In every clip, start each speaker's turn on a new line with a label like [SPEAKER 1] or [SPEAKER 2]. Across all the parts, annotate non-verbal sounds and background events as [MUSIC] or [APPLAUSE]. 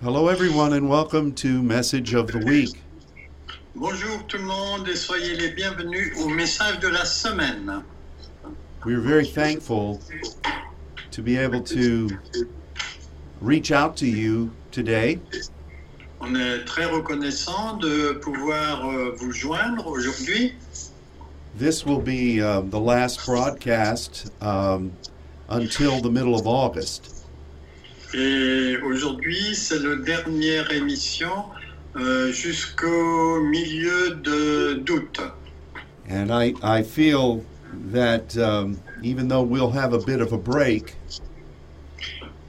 [SPEAKER 1] Hello, everyone, and welcome to Message of the Week.
[SPEAKER 2] Bonjour tout le monde et soyez les bienvenus au message de la semaine.
[SPEAKER 1] We are very thankful to be able to reach out to you today
[SPEAKER 2] On est très reconnaissant de pouvoir euh, vous joindre aujourd'hui.
[SPEAKER 1] This will be um, the last broadcast um, until the middle of August.
[SPEAKER 2] Et aujourd'hui, c'est la dernière émission euh, jusqu'au milieu de d'août.
[SPEAKER 1] And I, I feel that um, even though we'll have a bit of a break,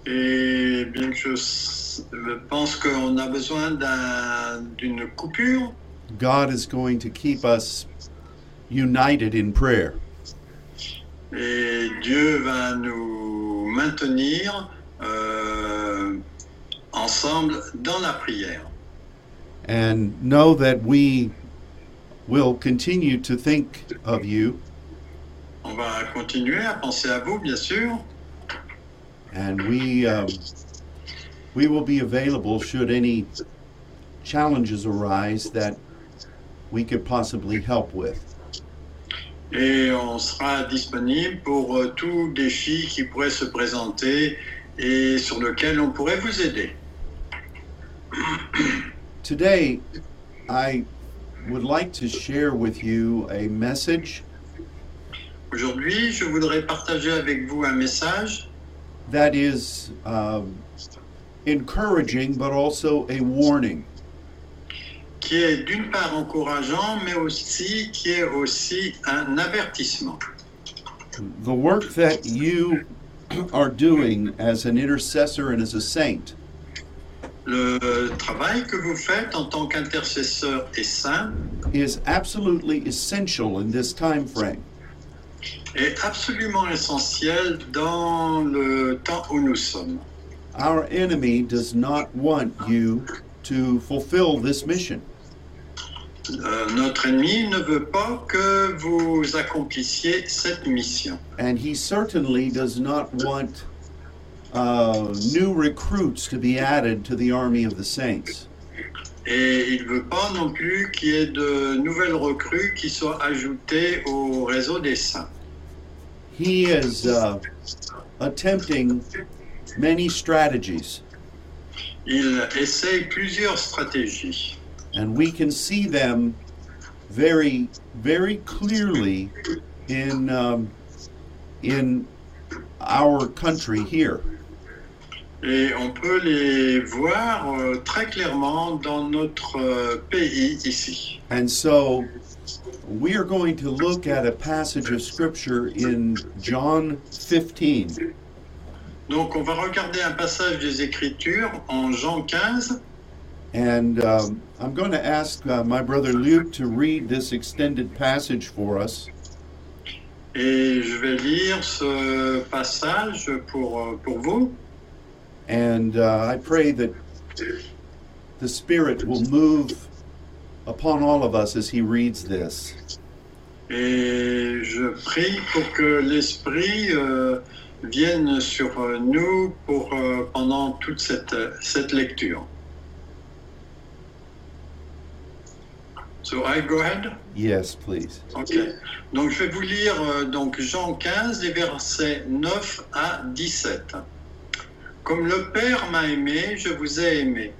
[SPEAKER 2] Et bien que je s- je pense qu'on a besoin d'un- d'une coupure,
[SPEAKER 1] God is going to keep us united in prayer.
[SPEAKER 2] et Dieu va nous maintenir euh, ensemble dans la prière.
[SPEAKER 1] And know that we will continue to think of you
[SPEAKER 2] On va continuer à penser à vous, bien sûr,
[SPEAKER 1] and we um, we will be available should any challenges arise that we could possibly help with.
[SPEAKER 2] et on sera disponible pour euh, tout défi qui pourrait se présenter et sur lequel on pourrait vous aider.
[SPEAKER 1] Today, I would like to share with you a message
[SPEAKER 2] Aujourd'hui, je voudrais partager avec vous un message
[SPEAKER 1] that is um, encouraging, but also a warning.
[SPEAKER 2] qui est d'une part encourageant, mais aussi qui est aussi un avertissement.
[SPEAKER 1] The work that you are doing as an intercessor and as a saint
[SPEAKER 2] Le travail que vous faites en tant qu'intercesseur et saint
[SPEAKER 1] is absolutely essential in this time frame.
[SPEAKER 2] est absolument essentiel dans le temps où nous sommes.
[SPEAKER 1] Our enemy does not want you to fulfill this mission.
[SPEAKER 2] Euh, notre ennemi ne veut pas que vous accomplissiez cette mission.
[SPEAKER 1] And he certainly does not want uh, new recruits to be added to the army of the saints.
[SPEAKER 2] Et il ne veut pas non plus qu'il y ait de nouvelles recrues qui soient ajoutées au réseau des saints.
[SPEAKER 1] He is uh, attempting many strategies,
[SPEAKER 2] Il essaye plusieurs stratégies.
[SPEAKER 1] and we can see them very, very clearly in, um, in our country here.
[SPEAKER 2] Et on peut les voir euh, très clairement dans notre euh, pays ici.
[SPEAKER 1] And so we are going to look at a passage of scripture in John 15.
[SPEAKER 2] Donc on va regarder un passage des Écritures en Jean 15.
[SPEAKER 1] And um, I'm going to ask uh, my brother Luke to read this extended passage for us.
[SPEAKER 2] Et je vais lire ce passage pour, euh, pour vous.
[SPEAKER 1] And uh, I pray that the Spirit will move upon all of us as he reads this.
[SPEAKER 2] Et je prie pour que l'Esprit euh, vienne sur euh, nous pour, euh, pendant toute cette, euh, cette lecture. So I go ahead?
[SPEAKER 1] Yes, please.
[SPEAKER 2] Ok. Donc je vais vous lire euh, donc Jean 15, les versets 9 à 17. Comme le Père m'a aimé, je vous ai aimé.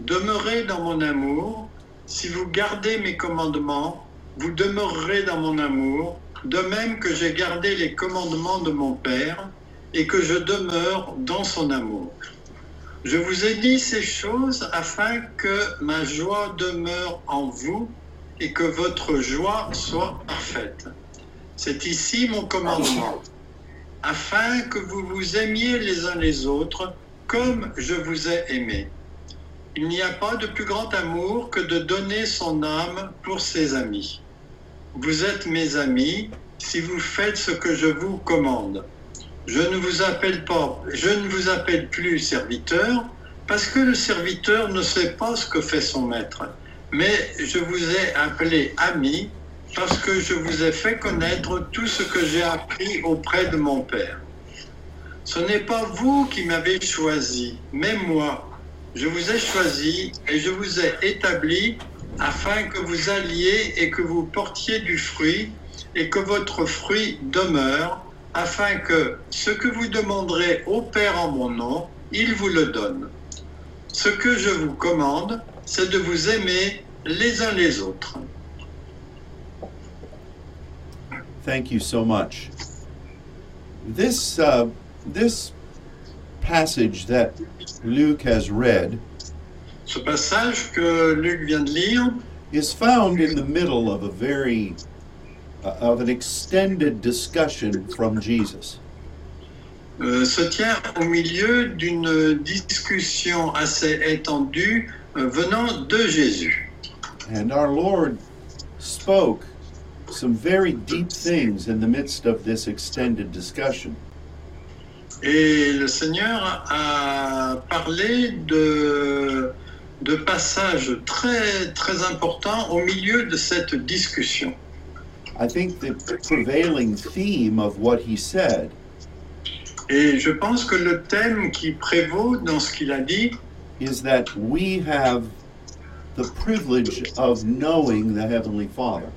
[SPEAKER 2] Demeurez dans mon amour. Si vous gardez mes commandements, vous demeurerez dans mon amour, de même que j'ai gardé les commandements de mon Père et que je demeure dans son amour. Je vous ai dit ces choses afin que ma joie demeure en vous et que votre joie soit parfaite. C'est ici mon commandement, afin que vous vous aimiez les uns les autres comme je vous ai aimé. Il n'y a pas de plus grand amour que de donner son âme pour ses amis. Vous êtes mes amis si vous faites ce que je vous commande. Je ne vous appelle pas, je ne vous appelle plus serviteur, parce que le serviteur ne sait pas ce que fait son maître. Mais je vous ai appelé ami parce que je vous ai fait connaître tout ce que j'ai appris auprès de mon Père. Ce n'est pas vous qui m'avez choisi, mais moi. Je vous ai choisi et je vous ai établi afin que vous alliez et que vous portiez du fruit et que votre fruit demeure, afin que ce que vous demanderez au Père en mon nom, il vous le donne. Ce que je vous commande, c'est de vous aimer les uns les autres.
[SPEAKER 1] Thank you so much. This uh, this passage that Luke has read
[SPEAKER 2] Ce passage que Luc vient de lire
[SPEAKER 1] is found in the middle of a very uh, of an extended discussion from Jesus.
[SPEAKER 2] euh, se tient au milieu d'une discussion assez étendue euh, venant de Jésus.
[SPEAKER 1] And our Lord spoke some very deep things in the midst of this extended discussion.
[SPEAKER 2] Et le Seigneur a parlé de, de passages très, très importants au milieu de cette discussion.
[SPEAKER 1] I think the prevailing theme of what he said
[SPEAKER 2] Et je pense que le thème qui prévaut dans ce qu'il a dit,
[SPEAKER 1] is that we have the privilege of knowing the Heavenly Father.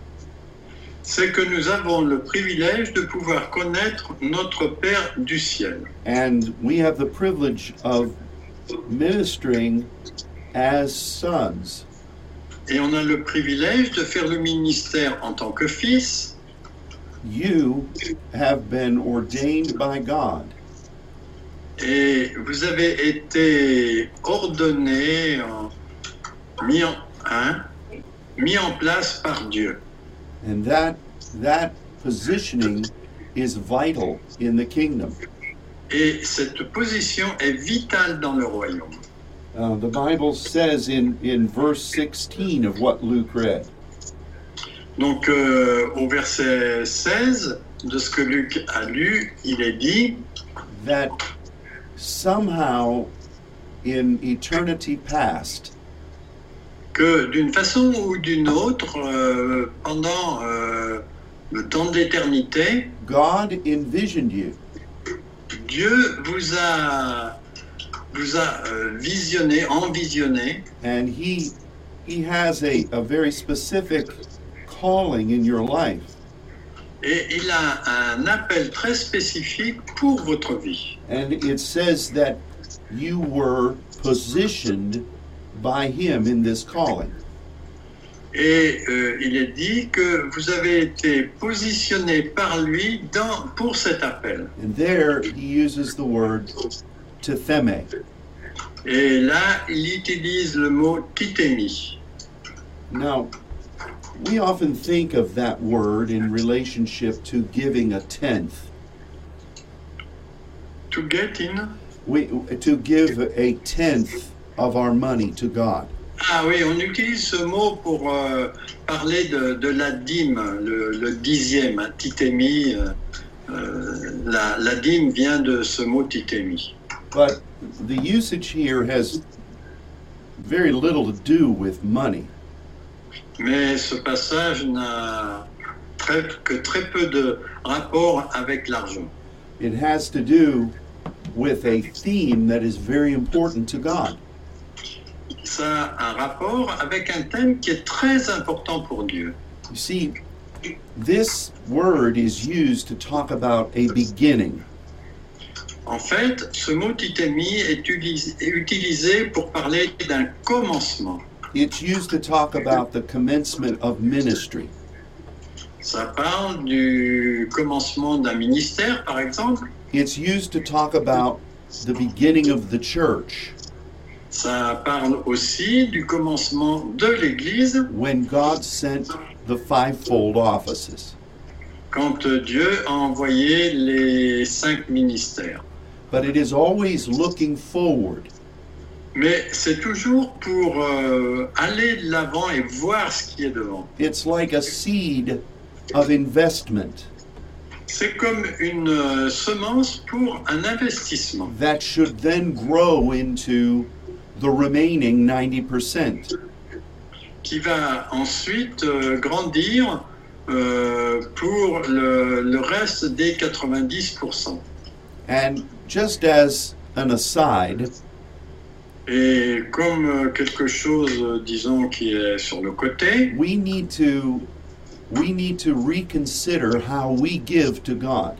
[SPEAKER 2] c'est que nous avons le privilège de pouvoir connaître notre Père du ciel.
[SPEAKER 1] And we have the privilege of ministering as sons.
[SPEAKER 2] Et on a le privilège de faire le ministère en tant que fils,
[SPEAKER 1] You have been ordained by God
[SPEAKER 2] Et vous avez été ordonné, euh, mis en, hein, mis en place par Dieu.
[SPEAKER 1] and that that positioning is vital in the kingdom.
[SPEAKER 2] Et cette position est vitale dans le royaume.
[SPEAKER 1] Uh, the Bible says in, in verse 16 of what Luke read,
[SPEAKER 2] Donc euh, au verset 16 de ce que Luc a lu, il est dit,
[SPEAKER 1] that somehow in eternity past,
[SPEAKER 2] que d'une façon ou d'une autre, euh, pendant euh, le temps d'éternité,
[SPEAKER 1] God envisioned you
[SPEAKER 2] Dieu vous a, vous a euh, visionné, envisionné,
[SPEAKER 1] and he he has a, a very specific calling in your life
[SPEAKER 2] Et il a un appel très spécifique pour votre vie.
[SPEAKER 1] and it says that you were positioned by him in this calling
[SPEAKER 2] Et euh, il est dit que vous avez été positionné par lui dans, pour cet appel.
[SPEAKER 1] and there he uses the word tetheme
[SPEAKER 2] Et là, il utilise le mot titémie.
[SPEAKER 1] now we often think of that word in relationship to giving a tenth
[SPEAKER 2] To get in.
[SPEAKER 1] we to give a tenth of our money to god
[SPEAKER 2] Ah oui, on utilise ce mot pour euh, parler de, de la dîme, le, le dixième, hein, titémie. euh, euh, la, la dîme vient de ce mot titémie.
[SPEAKER 1] But the usage here has very little to do with money.
[SPEAKER 2] Mais ce passage n'a très- que très peu de rapport avec l'argent.
[SPEAKER 1] It has to do with a theme that is very important to God.
[SPEAKER 2] Ça a un rapport avec un thème qui est très important pour Dieu.
[SPEAKER 1] You see, this word is used to talk about a beginning,
[SPEAKER 2] En fait, ce mot titémie est utilis- est utilisé pour parler d'un commencement.
[SPEAKER 1] it's used to talk about the commencement of ministry.
[SPEAKER 2] Ça parle du commencement d'un ministère, par exemple.
[SPEAKER 1] It's used to talk about the beginning of the church
[SPEAKER 2] Ça parle aussi du commencement de l'Église
[SPEAKER 1] when God sent the fivefold offices.
[SPEAKER 2] quand Dieu a envoyé les cinq ministères.
[SPEAKER 1] But it is always looking forward
[SPEAKER 2] Mais c'est toujours pour euh, aller de l'avant et voir ce qui est devant.
[SPEAKER 1] It's like a seed of investment
[SPEAKER 2] C'est comme une euh, semence pour un investissement
[SPEAKER 1] that should then grow into the remaining 90%.
[SPEAKER 2] qui va ensuite euh, grandir euh, pour le, le reste des 90%.
[SPEAKER 1] And just as an aside,
[SPEAKER 2] Et comme euh, quelque chose, euh, disons, qui est sur le côté,
[SPEAKER 1] we need to we need to reconsider how we give to God.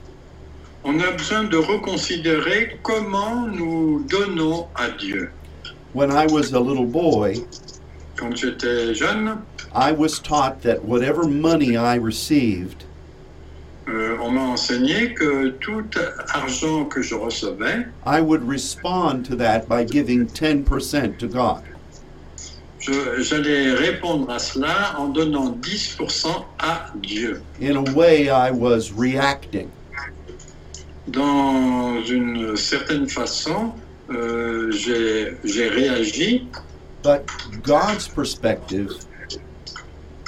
[SPEAKER 2] on a besoin de reconsidérer comment nous donnons à Dieu.
[SPEAKER 1] When I was a little boy,
[SPEAKER 2] Quand j'étais jeune,
[SPEAKER 1] I was taught that whatever money I received,
[SPEAKER 2] euh, on m'a enseigné que tout argent que je recevais,
[SPEAKER 1] I would respond to that by giving 10% to God.
[SPEAKER 2] je- j'allais répondre à cela en donnant 10% à Dieu.
[SPEAKER 1] In a way, I was reacting.
[SPEAKER 2] Dans une certaine façon, euh, j'ai j'ai réagi,
[SPEAKER 1] But God's perspective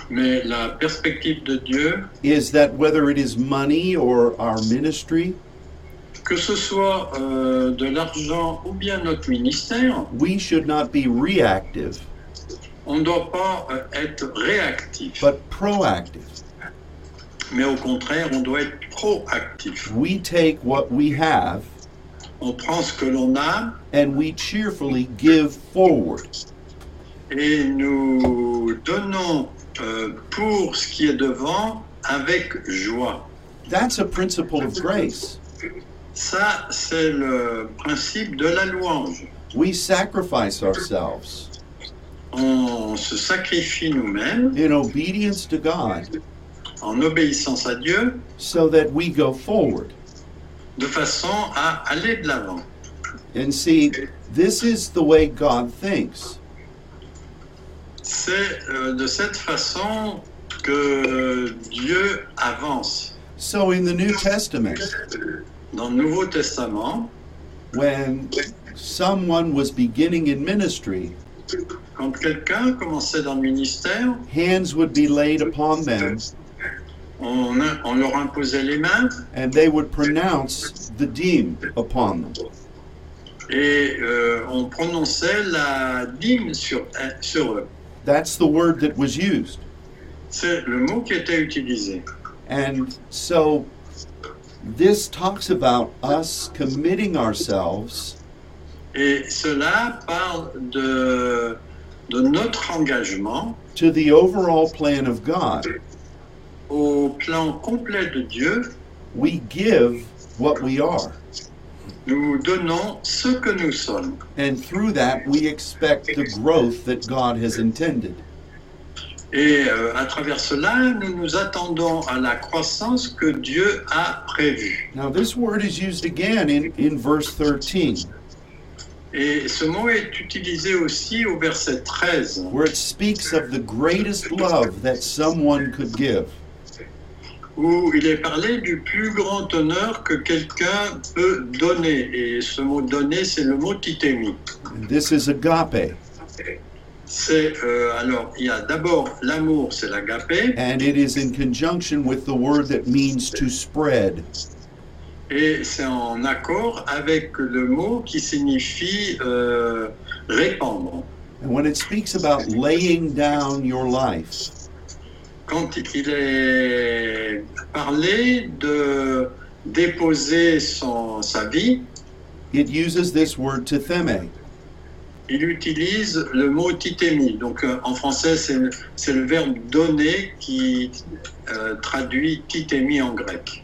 [SPEAKER 2] mais la perspective de Dieu,
[SPEAKER 1] is that whether it is money or our ministry,
[SPEAKER 2] que ce soit euh, de l'argent ou bien notre ministère,
[SPEAKER 1] we should not be reactive,
[SPEAKER 2] on ne doit pas euh, être réactif,
[SPEAKER 1] but proactive.
[SPEAKER 2] mais au contraire, on doit être proactif.
[SPEAKER 1] We take what we have
[SPEAKER 2] On prend ce que l'on a
[SPEAKER 1] and we cheerfully give forward.
[SPEAKER 2] et nous donnons euh, pour ce qui est devant avec joie.
[SPEAKER 1] That's a principle of grace.
[SPEAKER 2] Ça, c'est le principe de la louange.
[SPEAKER 1] We sacrifice ourselves
[SPEAKER 2] On se sacrifie nous-mêmes
[SPEAKER 1] in obedience to God
[SPEAKER 2] en obéissance à Dieu
[SPEAKER 1] so that we go forward.
[SPEAKER 2] de façon à aller de l'avant.
[SPEAKER 1] And see, this is the way God thinks.
[SPEAKER 2] C'est euh, de cette façon que Dieu avance.
[SPEAKER 1] So in the New Testament,
[SPEAKER 2] Dans le Nouveau Testament,
[SPEAKER 1] when someone was beginning in ministry,
[SPEAKER 2] quand quelqu'un commençait dans le ministère,
[SPEAKER 1] hands would be laid upon them
[SPEAKER 2] on, on leur imposait les mains
[SPEAKER 1] and they would pronounce the deem upon them.
[SPEAKER 2] et euh, on prononçait la dîme sur, sur eux.
[SPEAKER 1] That's the word that was used.
[SPEAKER 2] C'est le mot qui était utilisé.
[SPEAKER 1] And so this talks about us committing ourselves
[SPEAKER 2] Et cela parle de, de notre engagement
[SPEAKER 1] to the overall plan of God.
[SPEAKER 2] au plan complet de Dieu.
[SPEAKER 1] We give what we are,
[SPEAKER 2] Nous donnons ce que nous sommes.
[SPEAKER 1] and through that, we expect the growth that God has intended.
[SPEAKER 2] Et euh, à travers cela, nous nous attendons à la croissance que Dieu a prévue.
[SPEAKER 1] Now, this word is used again in, in verse 13,
[SPEAKER 2] Et ce mot est utilisé aussi au verset 13,
[SPEAKER 1] where it speaks of the greatest love that someone could give.
[SPEAKER 2] où il est parlé du plus grand honneur que quelqu'un peut donner. Et ce mot donner, c'est le mot titémi.
[SPEAKER 1] This is agape,
[SPEAKER 2] C'est euh, alors, il y a d'abord l'amour, c'est l'agapé,
[SPEAKER 1] and it is in conjunction with the word that means to spread.
[SPEAKER 2] et c'est en accord avec le mot qui signifie euh, répandre.
[SPEAKER 1] And when it speaks about laying down your life,
[SPEAKER 2] quand il est parlé de déposer son, sa vie,
[SPEAKER 1] it uses this word titheme,
[SPEAKER 2] il utilise le mot titémi. Donc euh, en français, c'est c'est le verbe donner qui euh, traduit titémi en grec.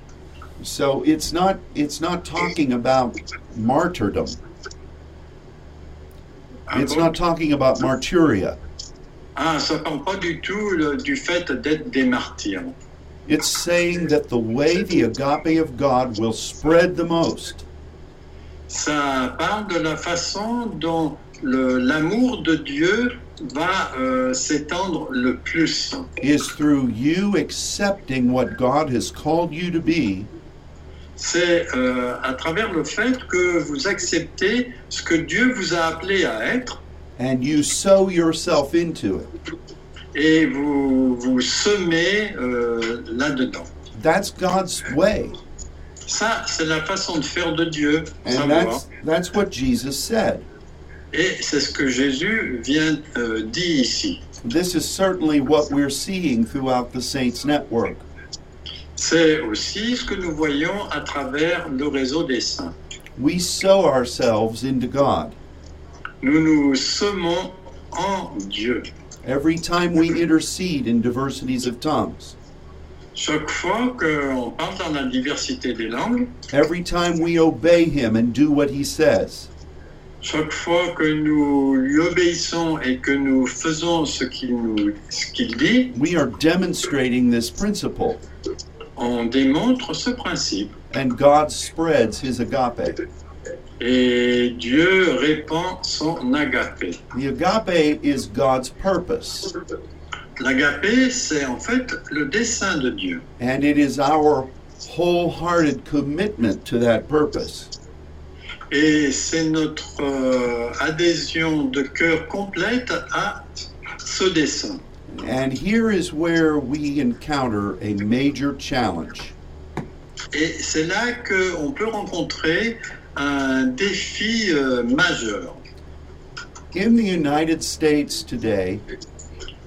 [SPEAKER 1] So it's not it's not talking about martyrdom.
[SPEAKER 2] Ah,
[SPEAKER 1] It's
[SPEAKER 2] bon
[SPEAKER 1] not talking about martyria.
[SPEAKER 2] Ah, ça ne parle pas du tout le- du fait d'être des martyrs.
[SPEAKER 1] It's saying that the way the agape of God will spread the most
[SPEAKER 2] Ça parle de la façon dont le- l'amour de Dieu va euh, s'étendre le plus.
[SPEAKER 1] is through you accepting what God has called you to be
[SPEAKER 2] c'est euh, à travers le fait que vous acceptez ce que Dieu vous a appelé à être
[SPEAKER 1] and you sow yourself into it.
[SPEAKER 2] et vous vous semez euh, là-dedans.
[SPEAKER 1] That's God's way.
[SPEAKER 2] Ça, c'est la façon de faire de Dieu,
[SPEAKER 1] And
[SPEAKER 2] savoir.
[SPEAKER 1] that's that's what Jesus said.
[SPEAKER 2] Et c'est ce que Jésus vient euh, dit ici.
[SPEAKER 1] This is certainly what we're seeing throughout the Saints network.
[SPEAKER 2] C'est aussi ce que nous voyons à travers le réseau des saints.
[SPEAKER 1] We sow ourselves into God.
[SPEAKER 2] Nous nous semons en Dieu.
[SPEAKER 1] Every time we intercede in diversities of tongues,
[SPEAKER 2] Chaque fois qu'on parle dans la diversité des langues,
[SPEAKER 1] every time we obey Him and do what He says,
[SPEAKER 2] chaque fois que nous lui obéissons et que nous faisons ce qu'il nous- ce qu'il dit,
[SPEAKER 1] we are demonstrating this principle,
[SPEAKER 2] on démontre ce principe.
[SPEAKER 1] and God spreads His agape.
[SPEAKER 2] Et Dieu répand son agapé.
[SPEAKER 1] The agape is God's purpose,
[SPEAKER 2] L'agapé, c'est en fait le dessein de Dieu.
[SPEAKER 1] and it is our wholehearted commitment to that purpose.
[SPEAKER 2] Et c'est notre euh, adhésion de cœur complète à ce dessein.
[SPEAKER 1] And here is where we encounter a major challenge.
[SPEAKER 2] Et c'est là qu'on peut rencontrer un défi euh, majeur.
[SPEAKER 1] In the United States today,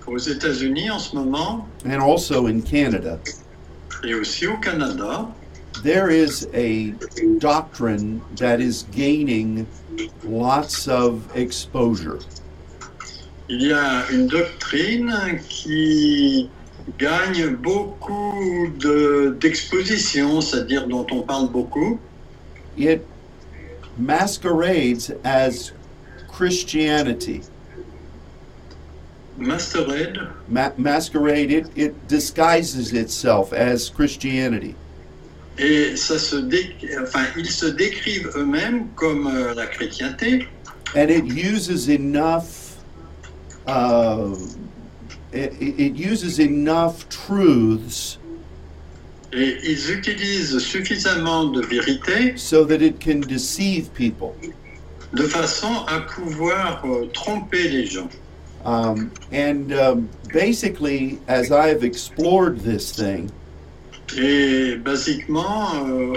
[SPEAKER 2] Aux États-Unis en ce moment,
[SPEAKER 1] and also in Canada,
[SPEAKER 2] et aussi au Canada,
[SPEAKER 1] there is a doctrine that is gaining lots of exposure.
[SPEAKER 2] il y a une doctrine qui gagne beaucoup de- d'exposition, c'est-à-dire dont on parle beaucoup.
[SPEAKER 1] It masquerades as Christianity.
[SPEAKER 2] Masterhead,
[SPEAKER 1] Ma- masquerade, it, it disguises itself as Christianity.
[SPEAKER 2] et ça se dé- enfin, ils se décrivent eux-mêmes comme euh, la chrétienté,
[SPEAKER 1] and it uses enough uh, it, it uses enough truths
[SPEAKER 2] et ils utilisent suffisamment de vérité
[SPEAKER 1] so that it can deceive people
[SPEAKER 2] de façon à pouvoir euh, tromper les gens.
[SPEAKER 1] um, and um, basically as i've explored this thing
[SPEAKER 2] Et basiquement, euh,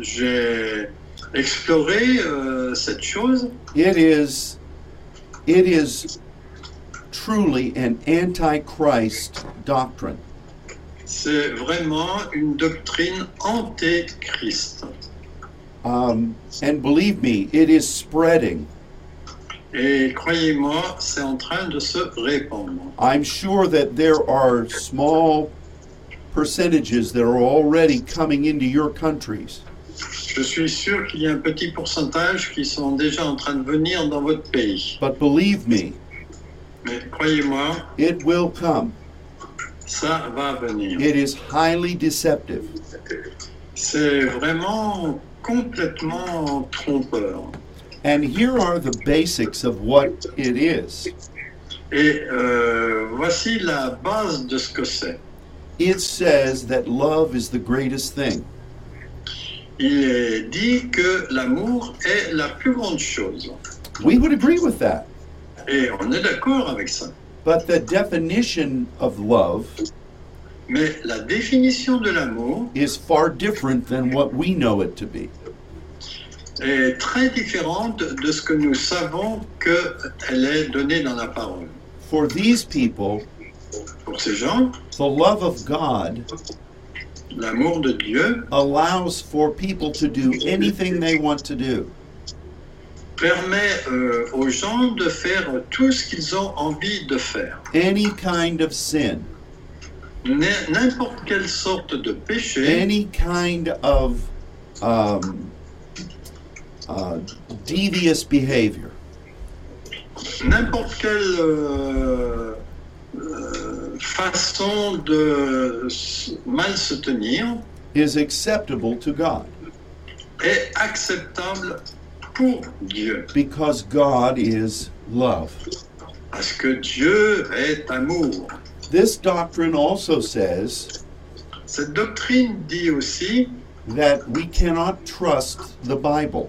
[SPEAKER 2] j'ai exploré euh, cette chose.
[SPEAKER 1] it is it is truly an antichrist doctrine
[SPEAKER 2] C'est vraiment une doctrine antéchrist.
[SPEAKER 1] um, and believe me it is spreading
[SPEAKER 2] Et croyez-moi, c'est en train de se répandre.
[SPEAKER 1] I'm sure that there are small percentages that are already coming into your countries
[SPEAKER 2] Je suis sûr qu'il y a un petit pourcentage qui sont déjà en train de venir dans votre pays.
[SPEAKER 1] But believe me,
[SPEAKER 2] Mais croyez-moi,
[SPEAKER 1] it will come.
[SPEAKER 2] ça va venir.
[SPEAKER 1] It is highly deceptive.
[SPEAKER 2] C'est vraiment complètement trompeur.
[SPEAKER 1] And here are the basics of what it is
[SPEAKER 2] Et euh, voici la base de ce que c'est.
[SPEAKER 1] it says that love is the greatest thing,
[SPEAKER 2] Il est dit que l'amour est la plus grande chose.
[SPEAKER 1] we would agree with that.
[SPEAKER 2] Et on est d'accord avec ça.
[SPEAKER 1] But the definition of love
[SPEAKER 2] Mais la définition de l'amour
[SPEAKER 1] is far different than what we know it to be.
[SPEAKER 2] est très différente de ce que nous savons qu'elle est donnée dans la parole.
[SPEAKER 1] For these people,
[SPEAKER 2] Pour ces gens,
[SPEAKER 1] the love of God
[SPEAKER 2] l'amour de Dieu
[SPEAKER 1] allows for people to do anything they want to do.
[SPEAKER 2] permet euh, aux gens de faire tout ce qu'ils ont envie de faire.
[SPEAKER 1] Any kind of sin,
[SPEAKER 2] N- N'importe quelle sorte de péché,
[SPEAKER 1] any kind of um, uh, devious behavior.
[SPEAKER 2] n'importe quelle euh, euh, façon de s- mal se tenir
[SPEAKER 1] Is acceptable to God
[SPEAKER 2] est acceptable pour Dieu,
[SPEAKER 1] because God is love.
[SPEAKER 2] parce que Dieu est amour.
[SPEAKER 1] This doctrine also says
[SPEAKER 2] Cette doctrine dit aussi
[SPEAKER 1] that we cannot trust the Bible.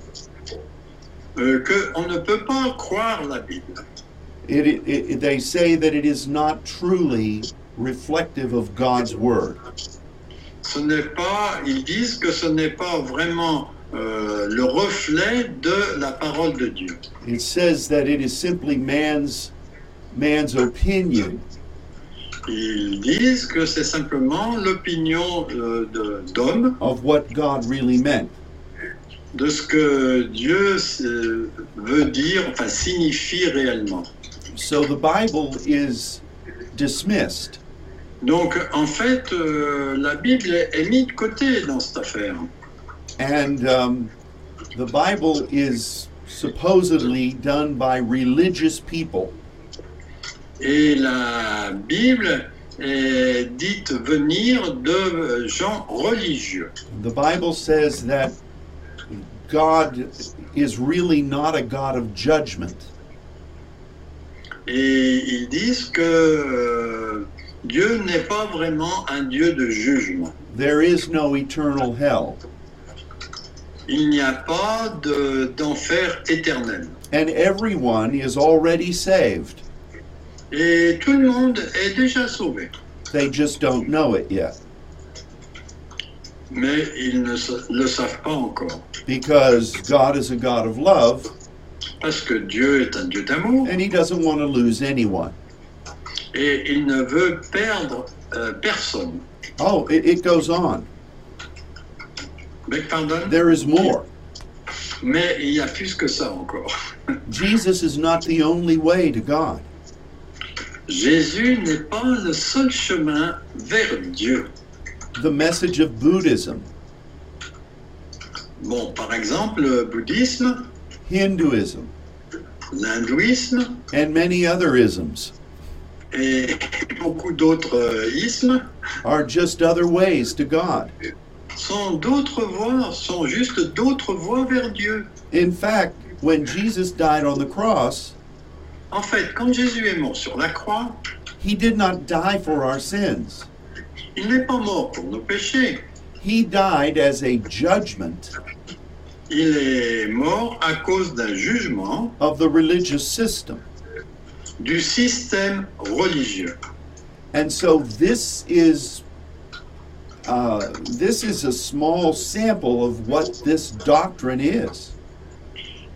[SPEAKER 2] euh, que on ne peut pas croire la Bible.
[SPEAKER 1] It, it, it, they say that it is not truly reflective of God's Word.
[SPEAKER 2] Ce n'est pas, ils disent que ce n'est pas vraiment euh, le reflet de la parole de Dieu.
[SPEAKER 1] It says that it is simply man's man's opinion
[SPEAKER 2] Ils disent que c'est simplement l'opinion euh, de- d'hommes
[SPEAKER 1] of what God really meant.
[SPEAKER 2] de ce que Dieu euh, veut dire, enfin signifie réellement.
[SPEAKER 1] So the Bible is dismissed
[SPEAKER 2] Donc en fait, euh, la Bible est est mise de côté dans cette affaire.
[SPEAKER 1] And um, the Bible is supposedly done by religious people.
[SPEAKER 2] Et la Bible est dite venir de euh, gens religieux.
[SPEAKER 1] The Bible says that God is really not a God of judgment,
[SPEAKER 2] Et ils disent que euh, Dieu n'est pas vraiment un Dieu de jugement.
[SPEAKER 1] there is no eternal hell.
[SPEAKER 2] Il n'y a pas de- d'enfer éternel.
[SPEAKER 1] And everyone is already saved,
[SPEAKER 2] Et tout le monde est déjà sauvé.
[SPEAKER 1] they just don't know it yet
[SPEAKER 2] Mais ils ne sa- le savent pas encore.
[SPEAKER 1] because God is a God of love
[SPEAKER 2] Parce que Dieu est un Dieu d'amour
[SPEAKER 1] and He doesn't want to lose anyone.
[SPEAKER 2] et il ne veut perdre euh, personne.
[SPEAKER 1] Oh, it, it goes on.
[SPEAKER 2] Mais, pardon,
[SPEAKER 1] There is more.
[SPEAKER 2] mais il y a plus que ça encore.
[SPEAKER 1] Jesus is not the only way to God.
[SPEAKER 2] Jésus n'est pas le seul chemin vers Dieu.
[SPEAKER 1] The message of Buddhism,
[SPEAKER 2] Bon, par exemple, le bouddhisme,
[SPEAKER 1] Hinduism,
[SPEAKER 2] l'hindouisme
[SPEAKER 1] and many other isms
[SPEAKER 2] et beaucoup d'autres euh, ismes
[SPEAKER 1] are just other ways to God.
[SPEAKER 2] sont d'autres voies, sont juste d'autres voies vers Dieu.
[SPEAKER 1] In fact, when Jesus died on the cross,
[SPEAKER 2] En fait, quand Jésus est mort sur la croix,
[SPEAKER 1] he did not die for our sins.
[SPEAKER 2] il n'est pas mort pour nos péchés.
[SPEAKER 1] He died as a judgment
[SPEAKER 2] Il est mort à cause d'un jugement
[SPEAKER 1] of the religious system.
[SPEAKER 2] du système religieux.
[SPEAKER 1] And so this is uh, this is a small sample of what this doctrine is.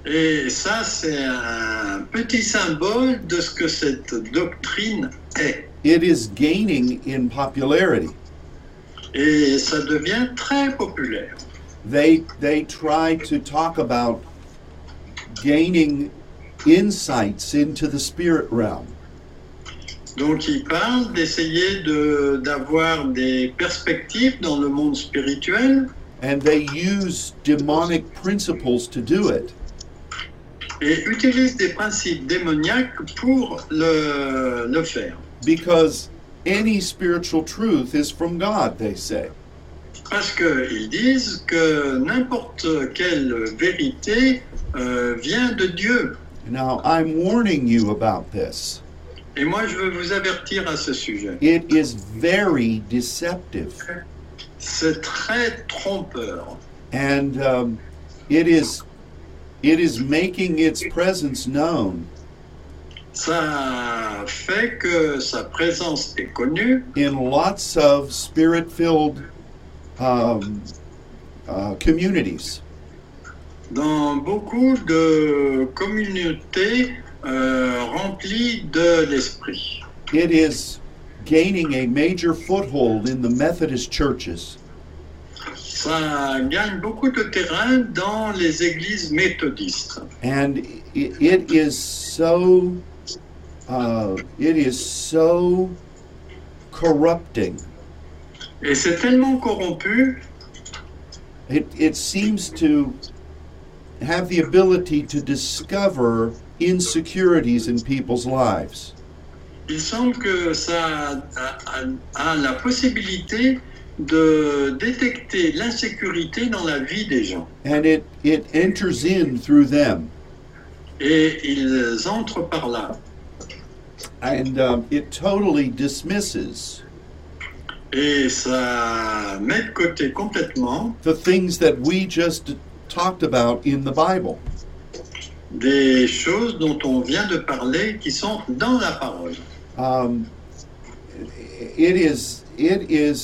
[SPEAKER 2] Et ça, c'est un petit symbole de ce que cette doctrine est.
[SPEAKER 1] It is gaining in popularity.
[SPEAKER 2] Et ça devient très populaire.
[SPEAKER 1] They they try to talk about gaining insights into the spirit realm.
[SPEAKER 2] Donc il parle d'essayer de- d'avoir des perspectives dans le monde spirituel
[SPEAKER 1] and they use demonic principles to do it.
[SPEAKER 2] et utilise des principes démoniaques pour le, le faire.
[SPEAKER 1] Because any spiritual truth is from God, they say.
[SPEAKER 2] Parce qu'ils disent que n'importe quelle vérité euh, vient de Dieu.
[SPEAKER 1] Now, I'm warning you about this.
[SPEAKER 2] Et moi, je veux vous avertir à ce sujet.
[SPEAKER 1] It is very deceptive,
[SPEAKER 2] C'est très trompeur.
[SPEAKER 1] and um, it is it is making its presence known
[SPEAKER 2] Ça fait que sa présence est connue
[SPEAKER 1] in lots of spirit-filled um, uh, communities.
[SPEAKER 2] dans beaucoup de communautés euh, remplies de l'esprit.
[SPEAKER 1] It is gaining a major foothold in the Methodist churches.
[SPEAKER 2] Ça gagne beaucoup de terrain dans les églises méthodistes.
[SPEAKER 1] and i- it is so uh, it is so corrupting
[SPEAKER 2] Et c'est tellement corrompu
[SPEAKER 1] it, it seems to have the ability to discover insecurities in people's lives
[SPEAKER 2] Il semble que ça a, a- a la possibilité de détecter l'insécurité dans la vie des gens.
[SPEAKER 1] and it, it enters in through them
[SPEAKER 2] Et ils entrent par là.
[SPEAKER 1] and um, it totally dismisses
[SPEAKER 2] Et ça met de côté complètement
[SPEAKER 1] the things that we just talked about in the bible
[SPEAKER 2] des choses dont on vient de parler qui sont dans la parole.
[SPEAKER 1] um, it is it is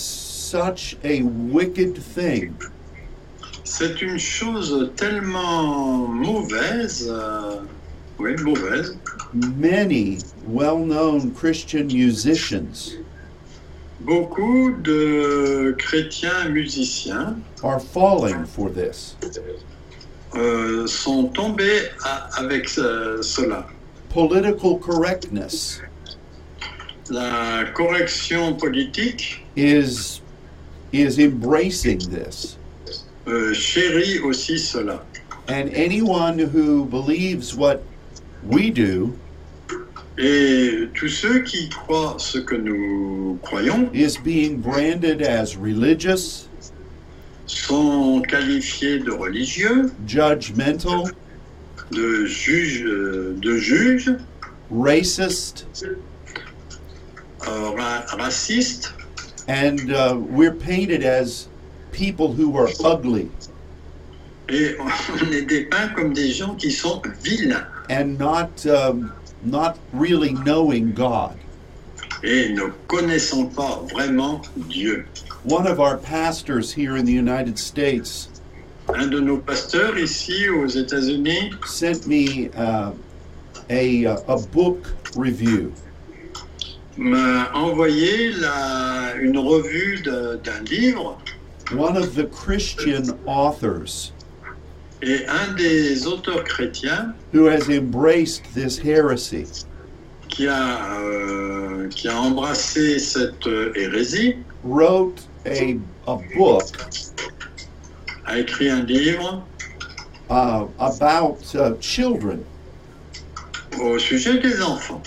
[SPEAKER 1] such a wicked thing
[SPEAKER 2] C'est une chose tellement mauvaise. euh, oui, mauvaise.
[SPEAKER 1] many well-known christian musicians
[SPEAKER 2] Beaucoup de chrétiens musiciens
[SPEAKER 1] are falling for this
[SPEAKER 2] euh, sont tombés à- avec euh, cela.
[SPEAKER 1] Political correctness
[SPEAKER 2] La correction politique
[SPEAKER 1] is is embracing this.
[SPEAKER 2] euh, chérit aussi cela.
[SPEAKER 1] And anyone who believes what we do
[SPEAKER 2] Et tous ceux qui croient ce que nous croyons
[SPEAKER 1] is being branded as religious,
[SPEAKER 2] sont qualifiés de religieux,
[SPEAKER 1] judgmental,
[SPEAKER 2] de juges, euh, de juges
[SPEAKER 1] racist,
[SPEAKER 2] euh, ra- racistes,
[SPEAKER 1] and uh, we're painted as people who are ugly
[SPEAKER 2] et [LAUGHS] on est dépeints comme des gens qui sont vilains
[SPEAKER 1] and not um, not really knowing God.
[SPEAKER 2] et ne connaissant pas vraiment Dieu.
[SPEAKER 1] One of our pastors here in the United States
[SPEAKER 2] Un de nos pasteurs ici aux États-Unis
[SPEAKER 1] sent me uh, a uh, a book review,
[SPEAKER 2] m'a envoyé la- une revue de- d'un livre
[SPEAKER 1] one of the Christian authors
[SPEAKER 2] et un des auteurs chrétiens
[SPEAKER 1] who has embraced this heresy.
[SPEAKER 2] qui a, euh, qui a embrassé cette euh, hérésie
[SPEAKER 1] wrote a, a book
[SPEAKER 2] a écrit un livre
[SPEAKER 1] uh, about uh, children.
[SPEAKER 2] au sujet des enfants.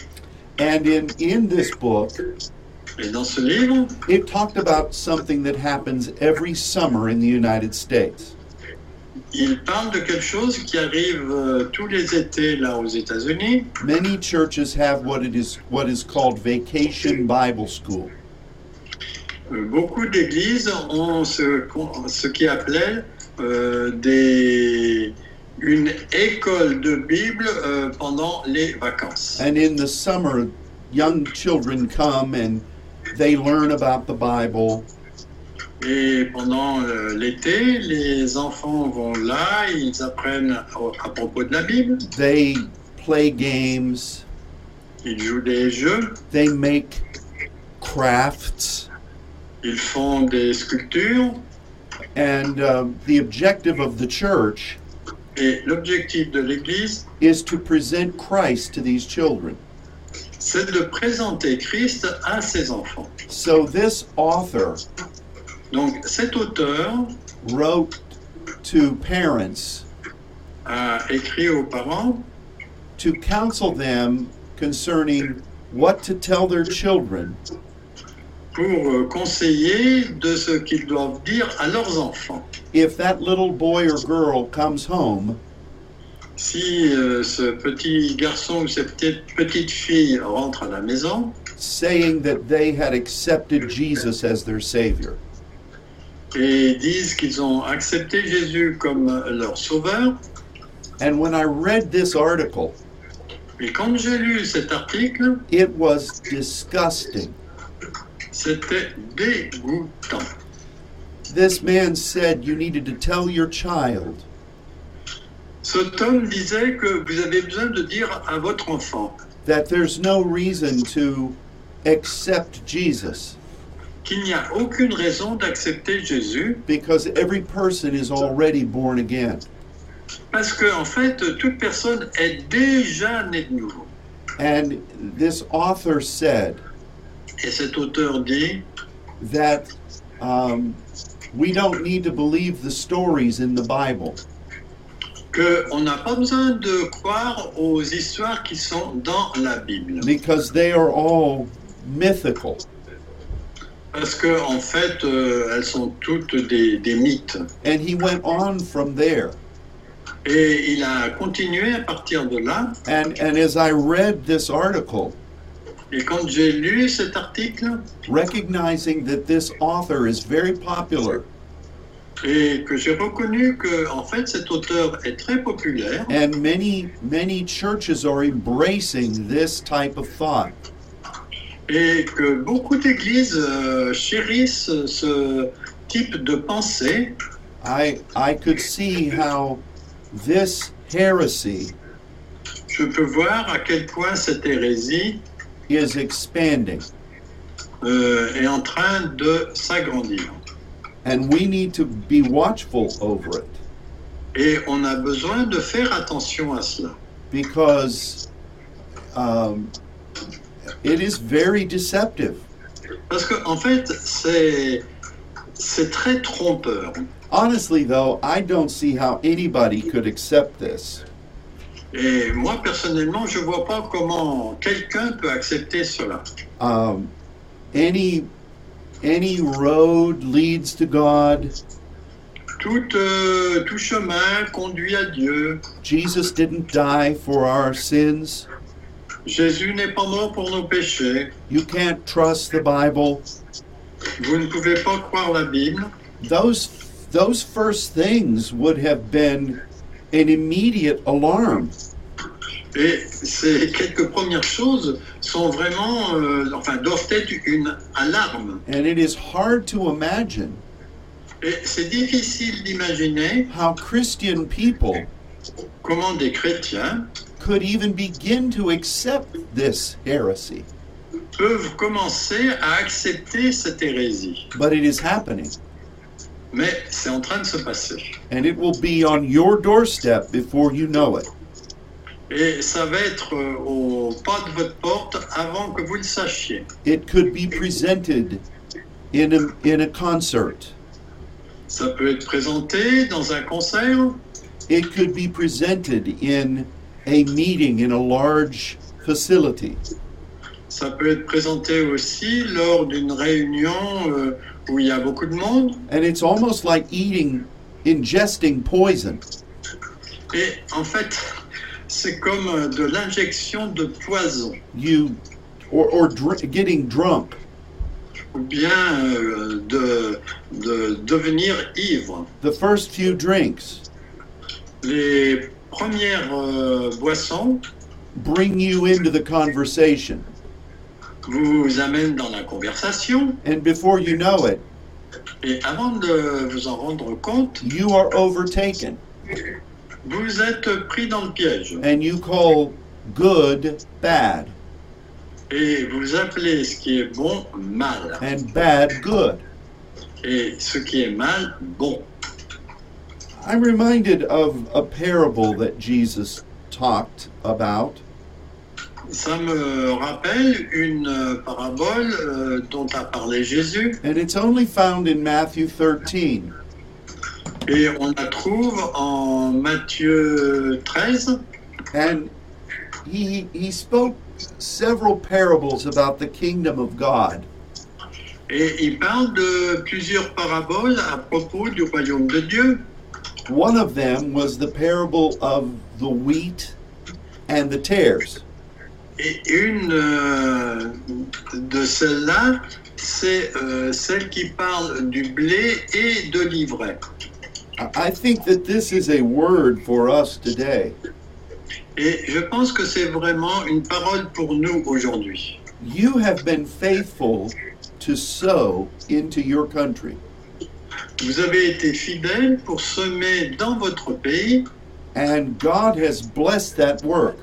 [SPEAKER 1] And in, in this book,
[SPEAKER 2] Et dans ce livre,
[SPEAKER 1] it talked about something that happens every summer in the United States.
[SPEAKER 2] il parle de quelque chose qui arrive euh, tous les étés là aux États-Unis.
[SPEAKER 1] Many churches have what it is what is called vacation Bible school.
[SPEAKER 2] Euh, Beaucoup d'églises ont ce, qu'on- ce qui appelait euh, des, une école de Bible euh, pendant les vacances.
[SPEAKER 1] And in the summer, young children come and they learn about the Bible
[SPEAKER 2] Et pendant euh, l'été, les enfants vont là, ils apprennent à- à propos de la Bible,
[SPEAKER 1] they play games
[SPEAKER 2] ils jouent des jeux,
[SPEAKER 1] they make crafts
[SPEAKER 2] ils font des sculptures.
[SPEAKER 1] and uh, the objective of the church
[SPEAKER 2] Et l'objectif de l'Église,
[SPEAKER 1] is to present Christ to these children.
[SPEAKER 2] c'est de présenter Christ à ses enfants.
[SPEAKER 1] So this author
[SPEAKER 2] Donc cet auteur
[SPEAKER 1] wrote to parents
[SPEAKER 2] a écrit aux parents
[SPEAKER 1] to counsel them concerning what to tell their children
[SPEAKER 2] pour euh, conseiller de ce qu'ils doivent dire à leurs enfants.
[SPEAKER 1] if that little boy or girl comes home
[SPEAKER 2] Si euh, ce petit garçon ou cette petite- petite fille rentre à la maison
[SPEAKER 1] saying that they had accepted Jesus as their Savior.
[SPEAKER 2] et disent qu'ils ont accepté Jésus comme leur sauveur,
[SPEAKER 1] And when I read this article,
[SPEAKER 2] et quand j'ai lu cet article,
[SPEAKER 1] it was disgusting.
[SPEAKER 2] c'était dégoûtant.
[SPEAKER 1] This man said you needed to tell your child
[SPEAKER 2] Cet homme disait que vous avez besoin de dire à votre enfant
[SPEAKER 1] that there's no reason to accept Jesus
[SPEAKER 2] qu'il n'y a aucune raison d'accepter Jésus
[SPEAKER 1] because every person is already born again.
[SPEAKER 2] parce que en fait toute personne est déjà née de nouveau.
[SPEAKER 1] And this author said
[SPEAKER 2] Et cet auteur dit
[SPEAKER 1] that um, we don't need to believe the stories in the Bible
[SPEAKER 2] que on n'a pas besoin de croire aux histoires qui sont dans la Bible
[SPEAKER 1] because they are all mythical.
[SPEAKER 2] parce que en fait euh, elles sont toutes des, des mythes.
[SPEAKER 1] And he went on from there.
[SPEAKER 2] Et il a continué à partir de là.
[SPEAKER 1] And, and as I read this article,
[SPEAKER 2] Et quand j'ai lu cet article
[SPEAKER 1] recognizing that this author is very popular
[SPEAKER 2] et que j'ai reconnu que en fait cet auteur est très populaire.
[SPEAKER 1] and many, many churches are embracing this type of thought.
[SPEAKER 2] et que beaucoup d'églises euh, chérissent ce type de pensée
[SPEAKER 1] I I could see how this heresy
[SPEAKER 2] je peux voir à quel point cette hérésie
[SPEAKER 1] is expanding
[SPEAKER 2] euh, est en train de s'agrandir.
[SPEAKER 1] and we need to be watchful over it.
[SPEAKER 2] Et on a besoin de faire attention à cela.
[SPEAKER 1] because um, it is very deceptive.
[SPEAKER 2] Parce que, en fait, c'est c'est très trompeur.
[SPEAKER 1] Honestly, though, I don't see how anybody could accept this.
[SPEAKER 2] Et moi, personnellement, je vois pas comment quelqu'un peut accepter cela.
[SPEAKER 1] Um, any any road leads to God.
[SPEAKER 2] Tout, euh, tout chemin conduit à Dieu.
[SPEAKER 1] Jesus didn't die for our sins.
[SPEAKER 2] Jésus n'est pas mort pour nos péchés.
[SPEAKER 1] You can't trust the Bible.
[SPEAKER 2] Vous ne pouvez pas croire la Bible.
[SPEAKER 1] Those those first things would have been an immediate alarm.
[SPEAKER 2] Et ces quelques premières choses sont vraiment, euh, enfin, doivent être une alarme.
[SPEAKER 1] And it is hard to imagine
[SPEAKER 2] Et c'est difficile d'imaginer
[SPEAKER 1] how Christian people
[SPEAKER 2] comment des chrétiens
[SPEAKER 1] could even begin to accept this heresy.
[SPEAKER 2] peuvent commencer à accepter cette hérésie.
[SPEAKER 1] But it is happening,
[SPEAKER 2] Mais c'est en train de se passer.
[SPEAKER 1] and it will be on your doorstep before you know it.
[SPEAKER 2] Et ça va être euh, au pas de votre porte avant que vous le sachiez.
[SPEAKER 1] It could be presented in a, in a concert.
[SPEAKER 2] Ça peut être présenté dans un concert,
[SPEAKER 1] It could be presented in a meeting in a large facility.
[SPEAKER 2] ça peut être présenté aussi lors d'une réunion euh, où il y a beaucoup de monde.
[SPEAKER 1] And it's almost like eating, ingesting poison.
[SPEAKER 2] Et en fait, c'est comme euh, de l'injection de poison
[SPEAKER 1] You, or, or dr- getting drunk.
[SPEAKER 2] ou bien euh, de, de devenir ivre.
[SPEAKER 1] The first few drinks
[SPEAKER 2] Les premières euh, boissons
[SPEAKER 1] bring you into the conversation.
[SPEAKER 2] vous amènent dans la conversation
[SPEAKER 1] And before you know it,
[SPEAKER 2] et avant de vous en rendre compte,
[SPEAKER 1] you are overtaken
[SPEAKER 2] vous êtes pris dans le piège
[SPEAKER 1] and you call good bad
[SPEAKER 2] et vous appelez ce qui est bon mal
[SPEAKER 1] and bad good.
[SPEAKER 2] et ce qui est mal bon.
[SPEAKER 1] I'm reminded of a parable that Jesus talked about.
[SPEAKER 2] Ça me rappelle une euh, parabole euh, dont a parlé Jésus
[SPEAKER 1] And it's only found in Matthew 13.
[SPEAKER 2] et on la trouve en Matthieu 13
[SPEAKER 1] And he, he spoke several parables about the kingdom of God.
[SPEAKER 2] et il parle de plusieurs paraboles à propos du royaume de Dieu.
[SPEAKER 1] One of them was the parable of the wheat and the tares.
[SPEAKER 2] Et une euh, de celles-là, c'est euh, celle qui parle du blé et de l'ivraie.
[SPEAKER 1] I I think that this is a word for us today.
[SPEAKER 2] Et je pense que c'est vraiment une parole pour nous aujourd'hui.
[SPEAKER 1] You have been faithful to sow into your country,
[SPEAKER 2] Vous avez été fidèles pour semer dans votre pays
[SPEAKER 1] and God has blessed that work.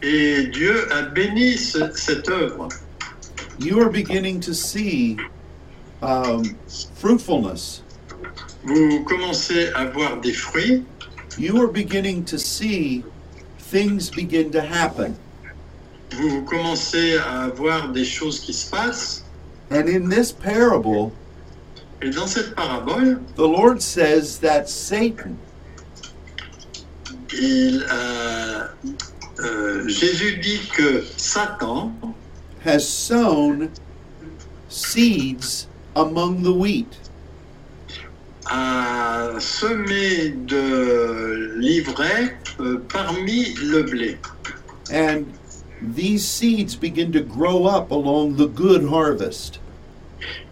[SPEAKER 2] et Dieu a béni ce- cette œuvre.
[SPEAKER 1] You are beginning to see um, fruitfulness.
[SPEAKER 2] Vous commencez à voir des fruits,
[SPEAKER 1] You are beginning to see things begin to happen.
[SPEAKER 2] vous commencez à voir des choses qui se passent.
[SPEAKER 1] And in this parable,
[SPEAKER 2] Et dans cette parabole,
[SPEAKER 1] the Lord says that Satan
[SPEAKER 2] il, euh, euh, Jésus dit que Satan
[SPEAKER 1] has sown seeds among the wheat.
[SPEAKER 2] a semé de l'ivraie euh, parmi le blé.
[SPEAKER 1] And these seeds begin to grow up along the good harvest.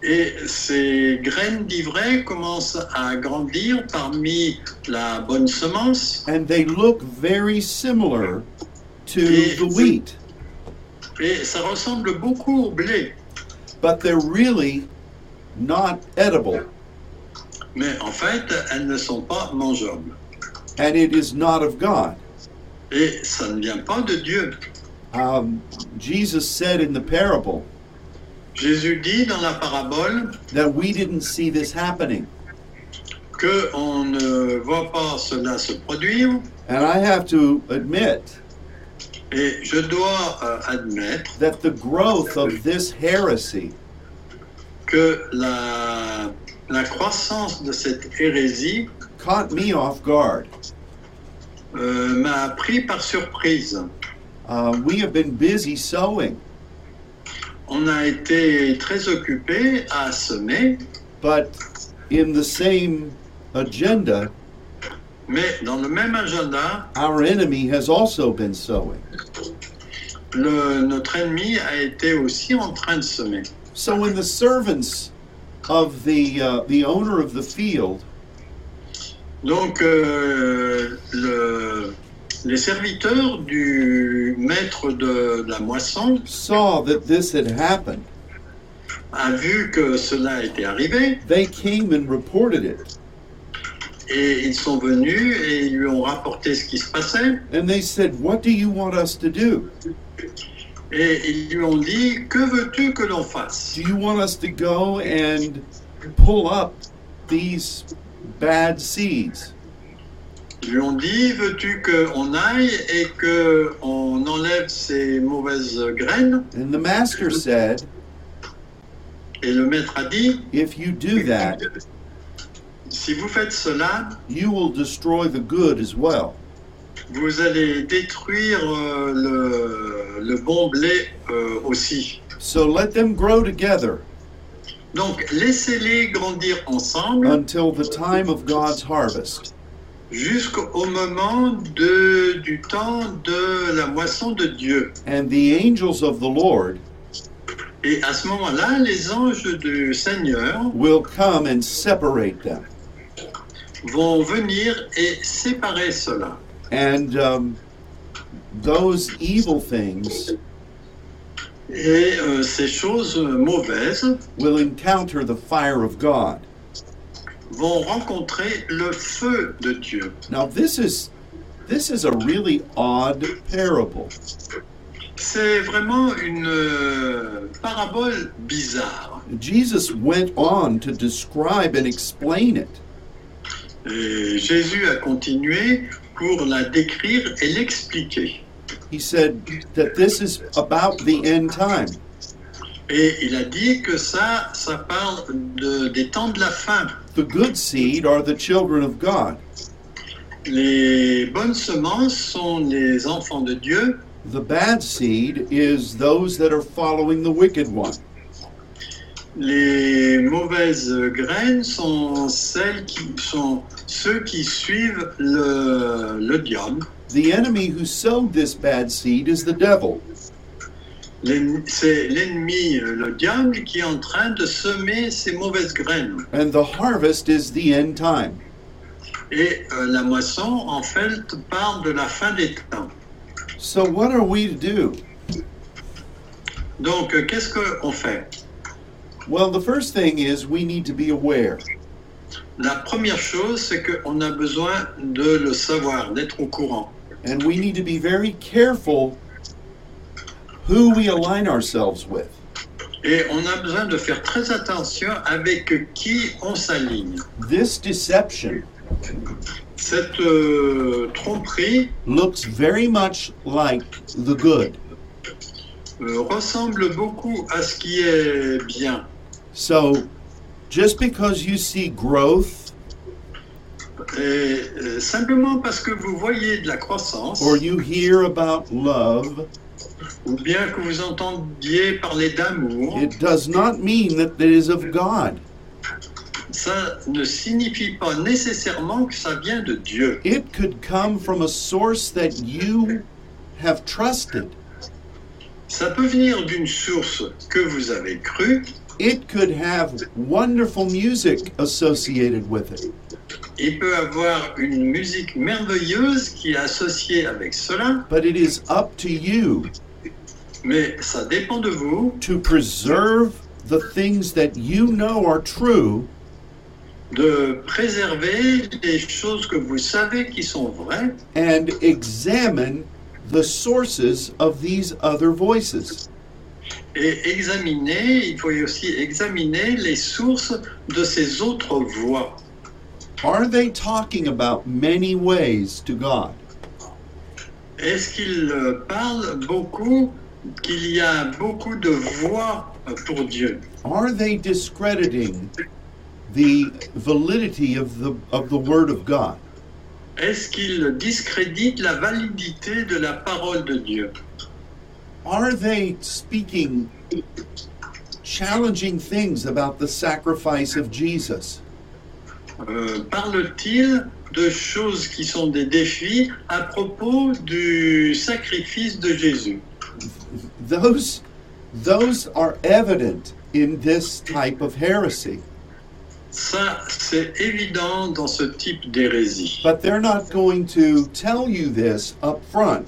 [SPEAKER 2] Et ces graines d'ivraie commencent à grandir parmi la bonne semence
[SPEAKER 1] And they look very similar to the wheat,
[SPEAKER 2] et ça ressemble beaucoup au blé.
[SPEAKER 1] but they're really not edible.
[SPEAKER 2] Mais en fait, elles ne sont pas mangeables.
[SPEAKER 1] And it is not of God.
[SPEAKER 2] Et ça ne vient pas de Dieu.
[SPEAKER 1] Um, Jesus said in the parable
[SPEAKER 2] Jésus dit dans la parabole
[SPEAKER 1] that we didn't see this happening.
[SPEAKER 2] qu'on ne voit pas cela se produire,
[SPEAKER 1] And I have to admit
[SPEAKER 2] et je dois euh, admettre
[SPEAKER 1] that the growth of this heresy
[SPEAKER 2] que la, la croissance de cette hérésie
[SPEAKER 1] caught me off guard.
[SPEAKER 2] euh, m'a pris par surprise.
[SPEAKER 1] Uh, we have been busy sowing,
[SPEAKER 2] On a été très occupé à semer,
[SPEAKER 1] but in the same agenda,
[SPEAKER 2] mais dans le même agenda,
[SPEAKER 1] our enemy has also been sowing.
[SPEAKER 2] le- notre ennemi a été aussi en train de semer.
[SPEAKER 1] So when the servants of the uh, the owner of the field
[SPEAKER 2] Donc, euh, le- les serviteurs du maître de, de la moisson
[SPEAKER 1] saw that this had happened,
[SPEAKER 2] a vu que cela était arrivé
[SPEAKER 1] they came and reported it,
[SPEAKER 2] et ils sont venus et ils lui ont rapporté ce qui se passait
[SPEAKER 1] and they said, "What do you want us to do?
[SPEAKER 2] et ils lui ont dit que veux-tu que l'on fasse
[SPEAKER 1] Do you want us to go and pull up these bad seeds?"
[SPEAKER 2] Ils lui ont dit veux-tu qu'on aille et que on enlève ces mauvaises graines
[SPEAKER 1] And the master said,
[SPEAKER 2] et le maître a dit
[SPEAKER 1] "If you do that,
[SPEAKER 2] si vous faites cela
[SPEAKER 1] you will destroy the good as well."
[SPEAKER 2] vous allez détruire euh, le, le bon blé euh, aussi
[SPEAKER 1] So let them grow together
[SPEAKER 2] donc laissez-les grandir ensemble
[SPEAKER 1] until the time of God's harvest.
[SPEAKER 2] jusqu'au moment de, du temps de la moisson de Dieu
[SPEAKER 1] And the angels of the Lord
[SPEAKER 2] et à ce moment-là les anges du Seigneur
[SPEAKER 1] will come and separate them.
[SPEAKER 2] vont venir et séparer cela
[SPEAKER 1] And um, those evil things
[SPEAKER 2] et euh, ces choses mauvaises
[SPEAKER 1] will encounter the fire of God.
[SPEAKER 2] vont rencontrer le feu de Dieu.
[SPEAKER 1] Now this is this is a really odd parable.
[SPEAKER 2] C'est vraiment une euh, parabole bizarre.
[SPEAKER 1] Jesus went on to describe and explain it.
[SPEAKER 2] Et Jésus a continué pour la décrire et l'expliquer.
[SPEAKER 1] He said that this is about the end time.
[SPEAKER 2] Et il a dit que ça, ça parle de- des temps de la fin.
[SPEAKER 1] The good seed are the children of God.
[SPEAKER 2] Les bonnes semences sont les enfants de Dieu.
[SPEAKER 1] The bad seed is those that are following the wicked one.
[SPEAKER 2] Les mauvaises graines sont celles qui sont ceux qui suivent le, le diable.
[SPEAKER 1] The enemy who sowed this bad seed is the devil.
[SPEAKER 2] L'en- C'est l'ennemi, euh, le diable, qui est en train de semer ces mauvaises graines.
[SPEAKER 1] and the harvest is the end time.
[SPEAKER 2] Et euh, la moisson, en fait, parle de la fin des temps.
[SPEAKER 1] So, what are we to do?
[SPEAKER 2] Donc, euh, qu'est-ce qu'on fait
[SPEAKER 1] Well, the first thing is we need to be aware.
[SPEAKER 2] La première chose, c'est qu'on a besoin de le savoir, d'être au courant.
[SPEAKER 1] And we need to be very careful who we align ourselves with.
[SPEAKER 2] Et on a besoin de faire très attention avec qui on s'aligne.
[SPEAKER 1] This deception
[SPEAKER 2] Cette euh, tromperie
[SPEAKER 1] looks very much like the good.
[SPEAKER 2] euh, ressemble beaucoup à ce qui est bien.
[SPEAKER 1] So, just because you see growth
[SPEAKER 2] Et euh, simplement parce que vous voyez de la croissance,
[SPEAKER 1] or you hear about love,
[SPEAKER 2] ou bien que vous entendiez parler d'amour,
[SPEAKER 1] it does not mean that it is of God.
[SPEAKER 2] ça ne signifie pas nécessairement que ça vient de Dieu.
[SPEAKER 1] It could come from a source that you have trusted.
[SPEAKER 2] Ça peut venir d'une source que vous avez crue,
[SPEAKER 1] it could have wonderful music associated with it.
[SPEAKER 2] il peut avoir une musique merveilleuse qui est associée avec cela,
[SPEAKER 1] But it is up to you
[SPEAKER 2] mais ça dépend de vous
[SPEAKER 1] to preserve the things that you know are true
[SPEAKER 2] de préserver les choses que vous savez qui sont vraies
[SPEAKER 1] and examine the sources of these other voices.
[SPEAKER 2] et examiner, il faut aussi examiner les sources de ces autres voix.
[SPEAKER 1] Are they talking about many ways to God?
[SPEAKER 2] Est-ce qu'il euh, parle beaucoup qu'il y a beaucoup de voix pour Dieu
[SPEAKER 1] Are they discrediting the validity of the, of the Word of God?
[SPEAKER 2] Est-ce qu'il discrédite la validité de la parole de Dieu
[SPEAKER 1] Are they speaking challenging things about the sacrifice of Jesus?
[SPEAKER 2] Euh, Parle-t-il de choses qui sont des défis à propos du sacrifice de Jésus
[SPEAKER 1] Those, those are evident in this type of heresy,
[SPEAKER 2] Ça, c'est évident dans ce type d'hérésie.
[SPEAKER 1] but they're not going to tell you this up front.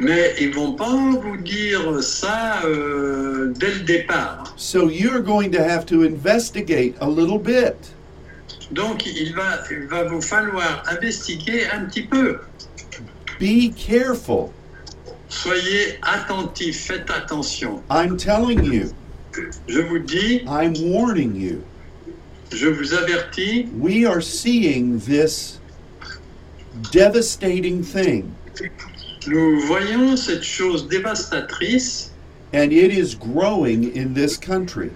[SPEAKER 2] Mais ils vont pas vous dire ça euh, dès le départ.
[SPEAKER 1] So you're going to have to investigate a little bit.
[SPEAKER 2] Donc, il va, il va vous falloir investiguer un petit peu.
[SPEAKER 1] Be careful.
[SPEAKER 2] Soyez attentifs, faites attention.
[SPEAKER 1] I'm telling you,
[SPEAKER 2] Je vous dis,
[SPEAKER 1] I'm warning you.
[SPEAKER 2] je vous avertis,
[SPEAKER 1] We are seeing this devastating thing,
[SPEAKER 2] nous voyons cette chose dévastatrice
[SPEAKER 1] and it is growing in this country.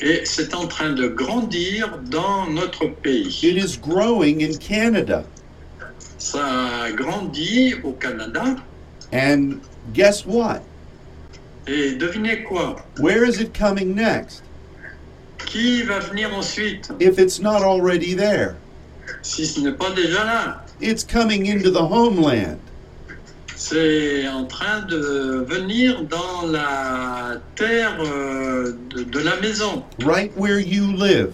[SPEAKER 2] et c'est en train de grandir dans notre pays.
[SPEAKER 1] It is growing in Canada.
[SPEAKER 2] Ça grandit au Canada
[SPEAKER 1] And guess what?
[SPEAKER 2] et devinez quoi
[SPEAKER 1] Where is it coming next
[SPEAKER 2] Qui va venir ensuite
[SPEAKER 1] if it's not already there?
[SPEAKER 2] si ce n'est pas déjà là
[SPEAKER 1] It's coming into the homeland.
[SPEAKER 2] C'est en train de venir dans la terre euh, de, de la maison,
[SPEAKER 1] right where you live.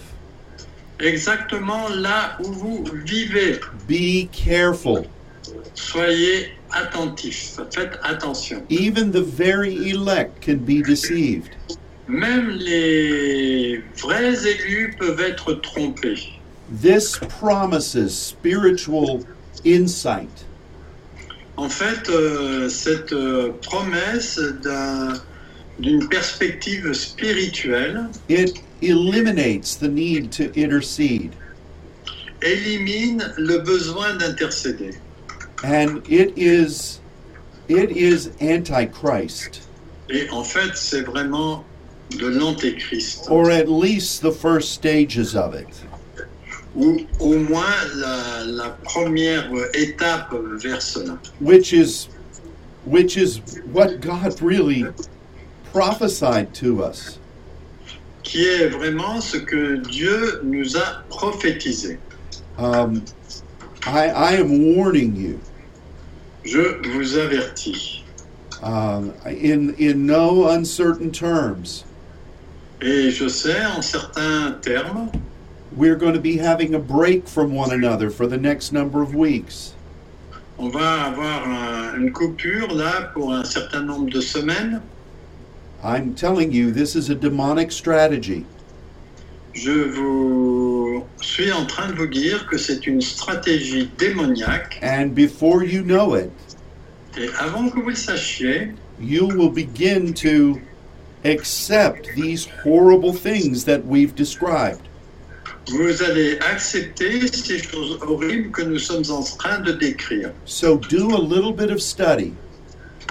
[SPEAKER 2] exactement là où vous vivez.
[SPEAKER 1] Be careful.
[SPEAKER 2] Soyez attentifs, faites attention.
[SPEAKER 1] Even the very elect can be deceived.
[SPEAKER 2] Même les vrais élus peuvent être trompés.
[SPEAKER 1] This promises spiritual insight.
[SPEAKER 2] En fait, euh, cette euh, promesse d'un- d'une perspective spirituelle
[SPEAKER 1] It eliminates the need to intercede
[SPEAKER 2] élimine le besoin d'intercéder.
[SPEAKER 1] and it is it is antichrist
[SPEAKER 2] Et en fait, c'est vraiment de l'antéchrist,
[SPEAKER 1] or at least the first stages of it.
[SPEAKER 2] ou au moins la, la première étape vers cela.
[SPEAKER 1] which is which is what God really prophesied to us.
[SPEAKER 2] qui est vraiment ce que Dieu nous a prophétisé.
[SPEAKER 1] Um, I, I am warning you
[SPEAKER 2] Je vous avertis.
[SPEAKER 1] um, in in no uncertain terms.
[SPEAKER 2] Et je sais, en certains termes,
[SPEAKER 1] We're going to be having a break from one another for the next number of weeks.
[SPEAKER 2] on va avoir un- une coupure là pour un certain nombre de semaines.
[SPEAKER 1] I'm telling you, this is a demonic strategy.
[SPEAKER 2] Je vous suis en train de vous dire que c'est une stratégie démoniaque.
[SPEAKER 1] And before you know it,
[SPEAKER 2] Et avant que vous le sachiez,
[SPEAKER 1] you will begin to accept these horrible things that we've described.
[SPEAKER 2] vous allez accepter ces choses horribles que nous sommes en train de décrire.
[SPEAKER 1] So do a little bit of study.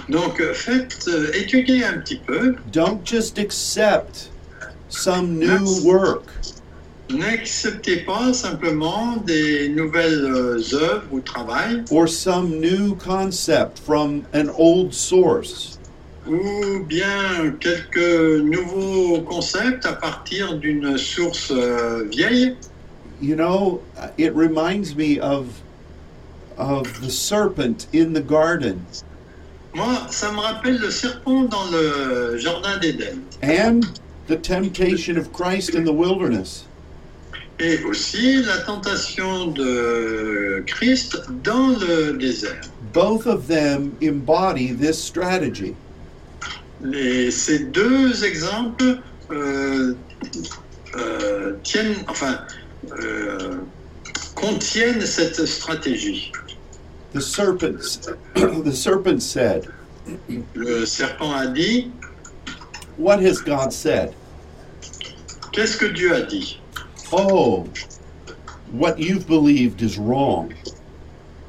[SPEAKER 2] Donc euh, faites euh, étudier un petit peu.
[SPEAKER 1] Don't just accept some new work.
[SPEAKER 2] N'acceptez pas simplement des nouvelles euh, œuvres ou travail
[SPEAKER 1] Or some new concept from an old source.
[SPEAKER 2] ou bien quelques nouveaux concepts à partir d'une source euh, vieille.
[SPEAKER 1] You know, uh, it reminds me of of the serpent in the garden
[SPEAKER 2] Moi, ça me rappelle le serpent dans le jardin d'Éden
[SPEAKER 1] and the temptation of Christ in the wilderness.
[SPEAKER 2] et aussi la tentation de Christ dans le désert.
[SPEAKER 1] Both of them embody this strategy.
[SPEAKER 2] Les- ces deux exemples euh, euh, tiennent, enfin, euh, contiennent cette stratégie.
[SPEAKER 1] The serpent [CLEARS THROAT] the serpent said,
[SPEAKER 2] Le serpent a dit,
[SPEAKER 1] "What has God said?
[SPEAKER 2] qu'est-ce que Dieu a dit
[SPEAKER 1] Oh, what you've believed is wrong.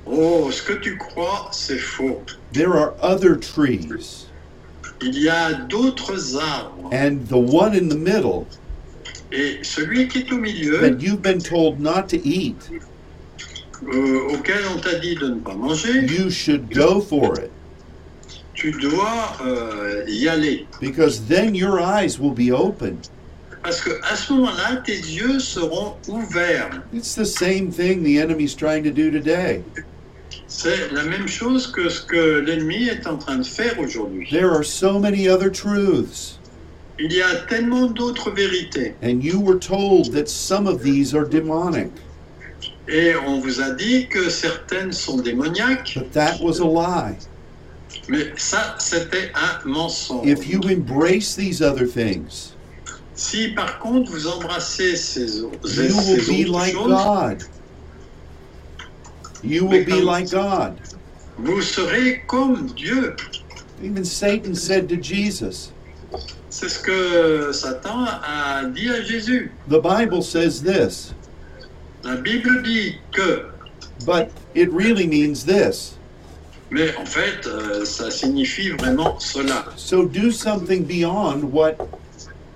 [SPEAKER 2] Oh, ce que tu crois, c'est faux.
[SPEAKER 1] There are other trees,
[SPEAKER 2] Il y a d'autres arbres.
[SPEAKER 1] and the one in the middle
[SPEAKER 2] Et celui qui est au milieu,
[SPEAKER 1] that you've been told not to eat,
[SPEAKER 2] euh, auquel on t'a dit de ne pas manger,
[SPEAKER 1] you should go for it
[SPEAKER 2] tu dois euh, y aller.
[SPEAKER 1] because then your eyes will be open.
[SPEAKER 2] Parce que à ce moment-là, tes yeux seront ouverts.
[SPEAKER 1] It's the same thing the enemy's trying to do today.
[SPEAKER 2] C'est la même chose que ce que l'ennemi est en train de faire aujourd'hui.
[SPEAKER 1] There are so many other truths,
[SPEAKER 2] Il y a tellement d'autres vérités.
[SPEAKER 1] and you were told that some of these are demonic,
[SPEAKER 2] Et on vous a dit que certaines sont démoniaques,
[SPEAKER 1] but that was a lie.
[SPEAKER 2] mais ça, c'était un mensonge.
[SPEAKER 1] If you embrace these other things,
[SPEAKER 2] Si par contre vous embrassez ces, au- ces,
[SPEAKER 1] You will
[SPEAKER 2] ces
[SPEAKER 1] be
[SPEAKER 2] autres
[SPEAKER 1] like
[SPEAKER 2] choses,
[SPEAKER 1] God. You will be like God.
[SPEAKER 2] vous serez comme Dieu.
[SPEAKER 1] Even Satan said to Jesus,
[SPEAKER 2] C'est ce que Satan a dit à Jésus.
[SPEAKER 1] the Bible says this,
[SPEAKER 2] La Bible dit que,
[SPEAKER 1] but it really means this.
[SPEAKER 2] mais en fait, euh, ça signifie vraiment cela.
[SPEAKER 1] So do something beyond what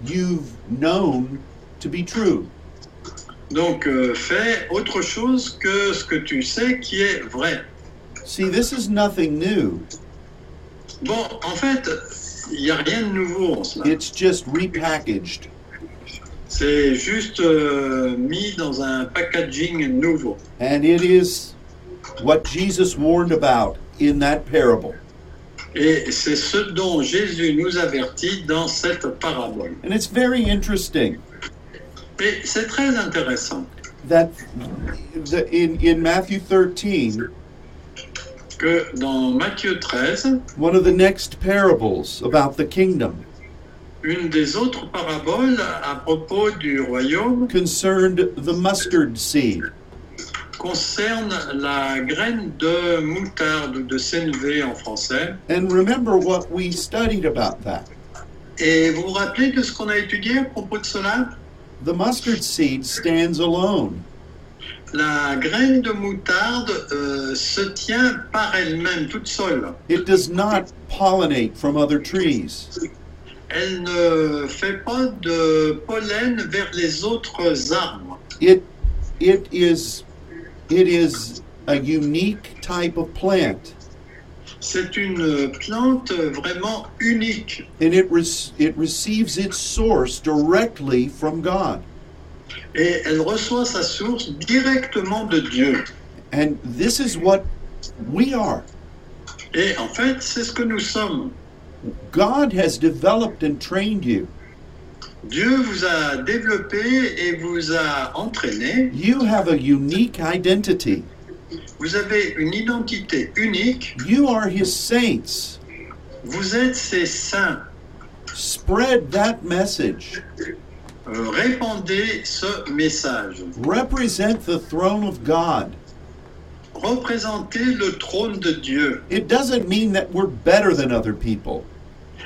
[SPEAKER 1] you've known to be true.
[SPEAKER 2] Donc euh, fais autre chose que ce que tu sais qui est vrai.
[SPEAKER 1] See, this is nothing new.
[SPEAKER 2] Bon, en fait, il n'y a rien de nouveau en cela.
[SPEAKER 1] It's just repackaged.
[SPEAKER 2] C'est juste euh, mis dans un packaging nouveau.
[SPEAKER 1] And it is what Jesus warned about in that parable.
[SPEAKER 2] Et c'est ce dont Jésus nous avertit dans cette parabole.
[SPEAKER 1] And it's very interesting.
[SPEAKER 2] Et c'est très intéressant
[SPEAKER 1] that the, in, in Matthew 13,
[SPEAKER 2] que dans Matthieu 13,
[SPEAKER 1] one of the next parables about the kingdom
[SPEAKER 2] une des autres paraboles à propos du royaume
[SPEAKER 1] concerned the mustard seed.
[SPEAKER 2] concerne la graine de moutarde ou de sénévé en français.
[SPEAKER 1] And remember what we studied about that.
[SPEAKER 2] Et vous vous rappelez de ce qu'on a étudié à propos de cela
[SPEAKER 1] The mustard seed stands alone,
[SPEAKER 2] La graine de moutarde euh, se tient par elle-même, toute seule.
[SPEAKER 1] it does not pollinate from other trees.
[SPEAKER 2] Elle ne fait pas de pollen vers les autres arbres.
[SPEAKER 1] It, it, is, it is a unique type of plant.
[SPEAKER 2] C'est une plante vraiment unique
[SPEAKER 1] And it, res- it receives its source directly from God.
[SPEAKER 2] et elle reçoit sa source directement de Dieu.
[SPEAKER 1] And this is what we are.
[SPEAKER 2] Et en fait, c'est ce que nous sommes.
[SPEAKER 1] God has developed and trained you.
[SPEAKER 2] Dieu vous a développé et vous a entraîné.
[SPEAKER 1] You have a unique identity.
[SPEAKER 2] Vous avez une identité unique.
[SPEAKER 1] You are His saints.
[SPEAKER 2] Vous êtes ses saints.
[SPEAKER 1] Spread that message.
[SPEAKER 2] Euh, répandez ce message.
[SPEAKER 1] Represent the throne of God.
[SPEAKER 2] Représentez le trône de Dieu.
[SPEAKER 1] It doesn't mean that we're better than other people,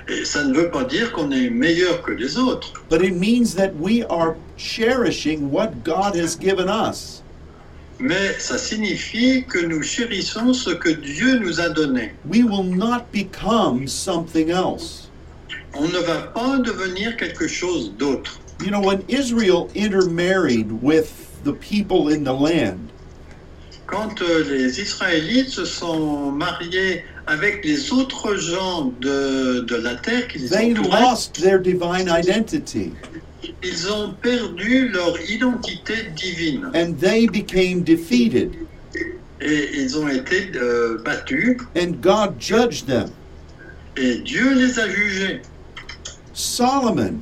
[SPEAKER 2] Et ça ne veut pas dire qu'on est meilleur que les autres,
[SPEAKER 1] but it means that we are cherishing what God has given us.
[SPEAKER 2] mais ça signifie que nous chérissons ce que Dieu nous a donné.
[SPEAKER 1] We will not become something else.
[SPEAKER 2] On ne va pas devenir quelque chose d'autre.
[SPEAKER 1] You know, when Israel intermarried with the people in the land,
[SPEAKER 2] Quand euh, les Israélites se sont mariés avec les autres gens de, de la terre qu'ils
[SPEAKER 1] they
[SPEAKER 2] entouraient,
[SPEAKER 1] lost their divine identity.
[SPEAKER 2] ils ont perdu leur identité divine
[SPEAKER 1] and they became defeated,
[SPEAKER 2] et ils ont été euh, battus
[SPEAKER 1] and God judged them.
[SPEAKER 2] et Dieu les a jugés.
[SPEAKER 1] Solomon,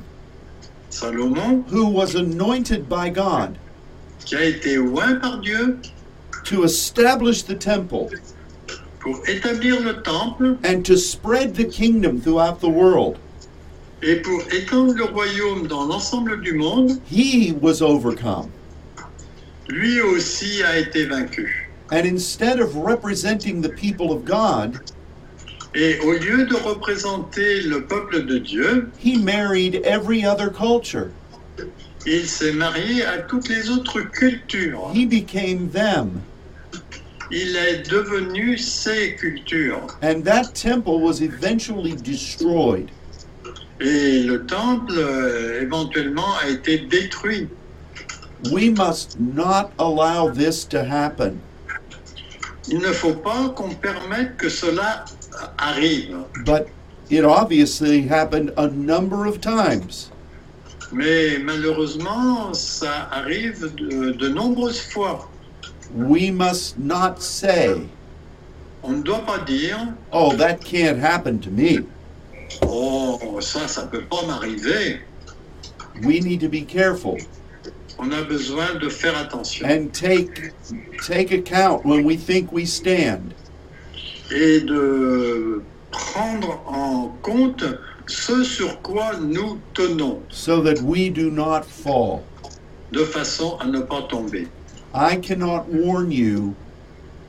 [SPEAKER 2] Salomon,
[SPEAKER 1] who was anointed by God
[SPEAKER 2] qui a été oint par Dieu
[SPEAKER 1] to establish the temple
[SPEAKER 2] pour établir le temple
[SPEAKER 1] and to spread the kingdom throughout the world,
[SPEAKER 2] et pour étendre le royaume dans l'ensemble du monde,
[SPEAKER 1] he was overcome.
[SPEAKER 2] lui aussi a été vaincu.
[SPEAKER 1] And instead of representing the people of God,
[SPEAKER 2] Et au lieu de représenter le peuple de Dieu,
[SPEAKER 1] he married every other culture.
[SPEAKER 2] Il s'est marié à toutes les autres cultures.
[SPEAKER 1] He became them.
[SPEAKER 2] Il est devenu ces cultures.
[SPEAKER 1] And that temple was eventually destroyed.
[SPEAKER 2] Et le temple, euh, éventuellement, a été détruit.
[SPEAKER 1] We must not allow this to happen.
[SPEAKER 2] Il ne faut pas qu'on permette que cela arrive.
[SPEAKER 1] But it obviously happened a number of times.
[SPEAKER 2] Mais malheureusement, ça arrive de, de nombreuses fois.
[SPEAKER 1] We must not say,
[SPEAKER 2] On ne doit pas dire
[SPEAKER 1] oh, that can't happen to me.
[SPEAKER 2] Oh, ça, ça peut pas m'arriver.
[SPEAKER 1] We need to be careful
[SPEAKER 2] On a besoin de faire attention
[SPEAKER 1] and take, take account when we think we stand.
[SPEAKER 2] et de prendre en compte ce sur quoi nous tenons
[SPEAKER 1] so that we do not fall.
[SPEAKER 2] de façon à ne pas tomber.
[SPEAKER 1] I cannot warn you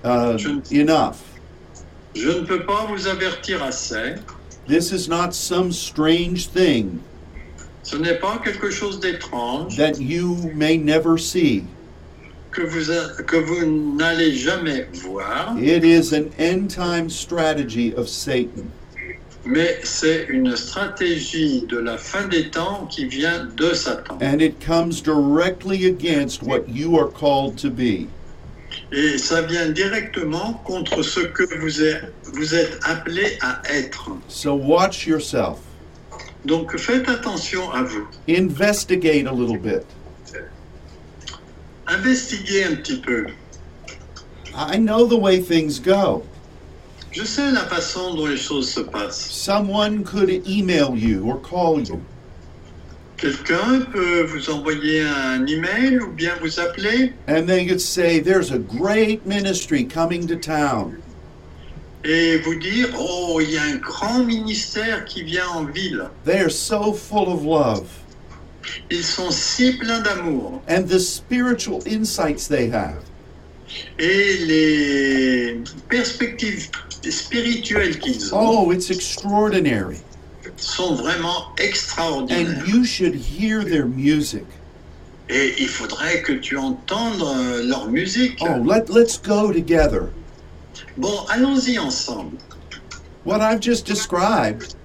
[SPEAKER 1] uh, enough.
[SPEAKER 2] Je ne peux pas vous avertir assez.
[SPEAKER 1] This is not some strange thing
[SPEAKER 2] Ce n'est pas quelque chose d'étrange
[SPEAKER 1] that you may never see.
[SPEAKER 2] que vous, a- que vous n'allez jamais voir,
[SPEAKER 1] It is an end time strategy of Satan.
[SPEAKER 2] mais c'est une stratégie de la fin des temps qui vient de Satan.
[SPEAKER 1] And it comes directly against what you are called to be.
[SPEAKER 2] Et ça vient directement contre ce que vous êtes, vous êtes appelé à être.
[SPEAKER 1] So watch yourself.
[SPEAKER 2] Donc faites attention à vous.
[SPEAKER 1] Investigate a little bit.
[SPEAKER 2] Investiguez un petit peu.
[SPEAKER 1] I know the way things go.
[SPEAKER 2] Je sais la façon dont les choses se passent.
[SPEAKER 1] Someone could email you or call you.
[SPEAKER 2] Quelqu'un peut vous envoyer un email ou bien vous appeler
[SPEAKER 1] And they could say, There's a great ministry coming to town.
[SPEAKER 2] et vous dire Oh, il y a un grand ministère qui vient en ville.
[SPEAKER 1] They are so full of love.
[SPEAKER 2] Ils sont si pleins d'amour
[SPEAKER 1] And the spiritual insights they have.
[SPEAKER 2] et les perspectives spirituelles qu'ils ont
[SPEAKER 1] Oh, it's extraordinary.
[SPEAKER 2] sont vraiment extraordinaires.
[SPEAKER 1] And you should hear their music.
[SPEAKER 2] Et il faudrait que tu entendes euh, leur musique.
[SPEAKER 1] Oh, let, let's go together.
[SPEAKER 2] Bon, allons-y ensemble.
[SPEAKER 1] What I've just described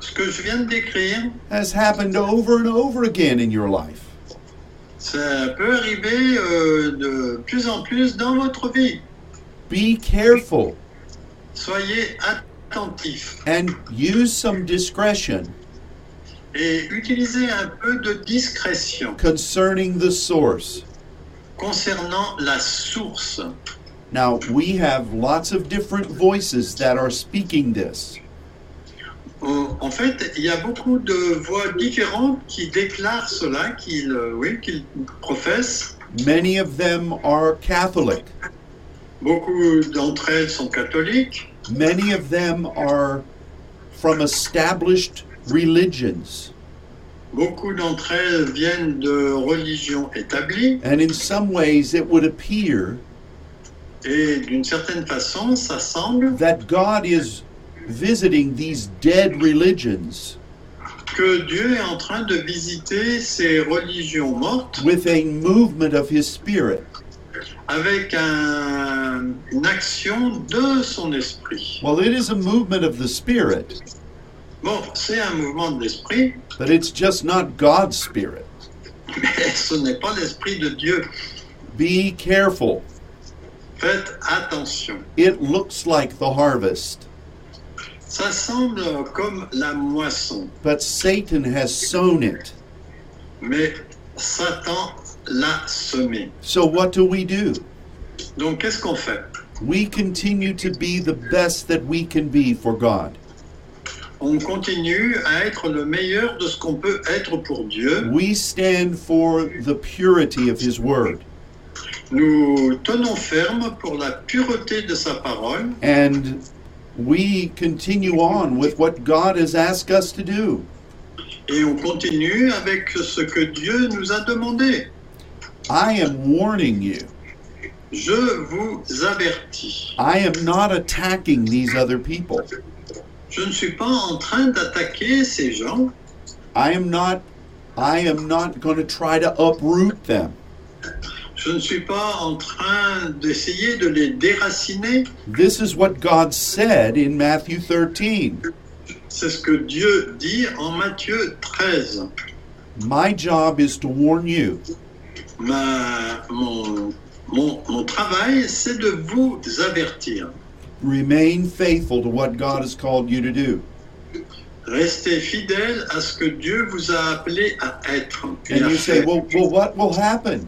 [SPEAKER 2] Ce que je viens de décrire,
[SPEAKER 1] has happened over and over again in your life.
[SPEAKER 2] ça peut arriver euh, de plus en plus dans votre vie.
[SPEAKER 1] Be careful
[SPEAKER 2] Soyez attentifs
[SPEAKER 1] and use some discretion
[SPEAKER 2] et utilisez un peu de discrétion
[SPEAKER 1] concerning the source.
[SPEAKER 2] concernant la source.
[SPEAKER 1] Now, we have lots of different voices that are speaking this.
[SPEAKER 2] Euh, En fait, il y a beaucoup de voix différentes qui déclarent cela, qui le- oui, qui le professent.
[SPEAKER 1] Many of them are Catholic.
[SPEAKER 2] Beaucoup d'entre elles sont catholiques.
[SPEAKER 1] Many of them are from established religions.
[SPEAKER 2] Beaucoup d'entre elles viennent de religions établies
[SPEAKER 1] And in some ways, it would appear
[SPEAKER 2] et d'une certaine façon, ça semble
[SPEAKER 1] that God is visiting these dead religions
[SPEAKER 2] que Dieu est en train de visiter ces religions mortes
[SPEAKER 1] with a movement of His Spirit.
[SPEAKER 2] avec un- une action de son esprit.
[SPEAKER 1] Well, it is a movement of the Spirit,
[SPEAKER 2] Bon, c'est un mouvement de l'esprit, [LAUGHS]
[SPEAKER 1] but it's just not God's Spirit.
[SPEAKER 2] mais ce n'est pas l'esprit de Dieu.
[SPEAKER 1] Be careful.
[SPEAKER 2] Faites attention.
[SPEAKER 1] It looks like the harvest,
[SPEAKER 2] Ça semble comme la moisson,
[SPEAKER 1] but Satan has sown it.
[SPEAKER 2] mais Satan l'a semée.
[SPEAKER 1] So, what do we do?
[SPEAKER 2] Donc qu'est-ce qu'on fait
[SPEAKER 1] we continue to be the best that we can be for God.
[SPEAKER 2] On continue à être le meilleur de ce qu'on peut être pour Dieu.
[SPEAKER 1] We stand for the purity of His Word.
[SPEAKER 2] Nous tenons ferme pour la pureté de sa parole
[SPEAKER 1] And we continue on with what God has asked us to do.
[SPEAKER 2] et on continue avec ce que Dieu nous a demandé.
[SPEAKER 1] I am warning you,
[SPEAKER 2] Je vous avertis.
[SPEAKER 1] I am not attacking these other people.
[SPEAKER 2] Je ne suis pas en train d'attaquer ces gens.
[SPEAKER 1] I am not I am not going to try to uproot them.
[SPEAKER 2] Je ne suis pas en train d'essayer de les déraciner.
[SPEAKER 1] This is what God said in Matthew 13.
[SPEAKER 2] C'est ce que Dieu dit en Matthieu 13.
[SPEAKER 1] My job is to warn you.
[SPEAKER 2] Ma- mon, mon- mon travail, c'est de vous avertir.
[SPEAKER 1] Remain faithful to what God has called you to do.
[SPEAKER 2] Restez fidèles à ce que Dieu vous a appelé à être. et
[SPEAKER 1] And
[SPEAKER 2] à
[SPEAKER 1] you say,
[SPEAKER 2] faire.
[SPEAKER 1] well, well, what will happen?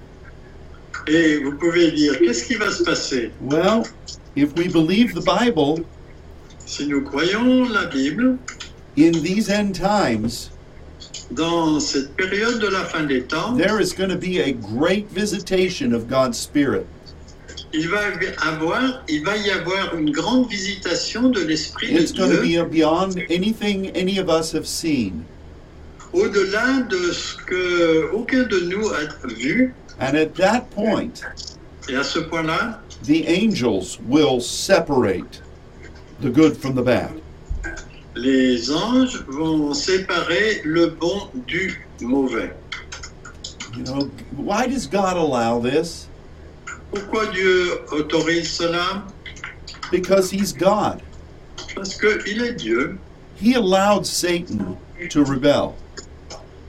[SPEAKER 2] Et vous pouvez dire, qu'est-ce qui va se passer
[SPEAKER 1] Well, if we believe the Bible,
[SPEAKER 2] Si nous croyons la Bible,
[SPEAKER 1] in these end times,
[SPEAKER 2] dans cette période de la fin des temps,
[SPEAKER 1] there is going to be a great visitation of God's Spirit.
[SPEAKER 2] il va, y avoir, il va y avoir une grande visitation de l'Esprit de
[SPEAKER 1] It's going to
[SPEAKER 2] Dieu
[SPEAKER 1] be beyond anything any of us have seen.
[SPEAKER 2] au-delà de ce que aucun de nous a vu.
[SPEAKER 1] And at that point,
[SPEAKER 2] Et à ce point-là,
[SPEAKER 1] the angels will separate the good from the bad.
[SPEAKER 2] les anges vont séparer le bon du mauvais.
[SPEAKER 1] You know, why does God allow this?
[SPEAKER 2] Pourquoi Dieu autorise cela
[SPEAKER 1] Because he's God.
[SPEAKER 2] Parce qu'il est Dieu.
[SPEAKER 1] He allowed Satan to rebel.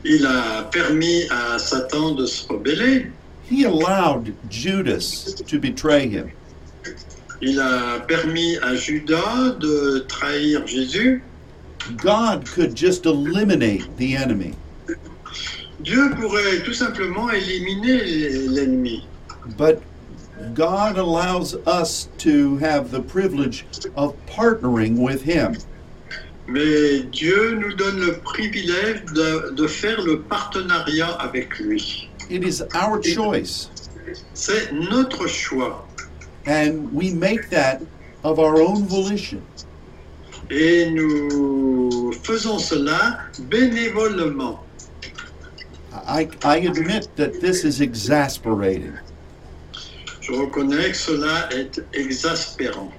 [SPEAKER 2] Il a permis à Satan de se rebeller.
[SPEAKER 1] He allowed Judas to betray him.
[SPEAKER 2] Il a permis à Judas de trahir Jésus.
[SPEAKER 1] God could just eliminate the enemy,
[SPEAKER 2] Dieu pourrait tout simplement éliminer l'ennemi.
[SPEAKER 1] but God allows us to have the privilege of partnering with him.
[SPEAKER 2] Mais Dieu nous donne le privilège de, de faire le partenariat avec lui.
[SPEAKER 1] It is our choice,
[SPEAKER 2] C'est notre choix.
[SPEAKER 1] and we make that of our own volition.
[SPEAKER 2] Et nous faisons cela bénévolement.
[SPEAKER 1] I, I admit that this is exasperating,
[SPEAKER 2] Je reconnais que cela est exaspérant.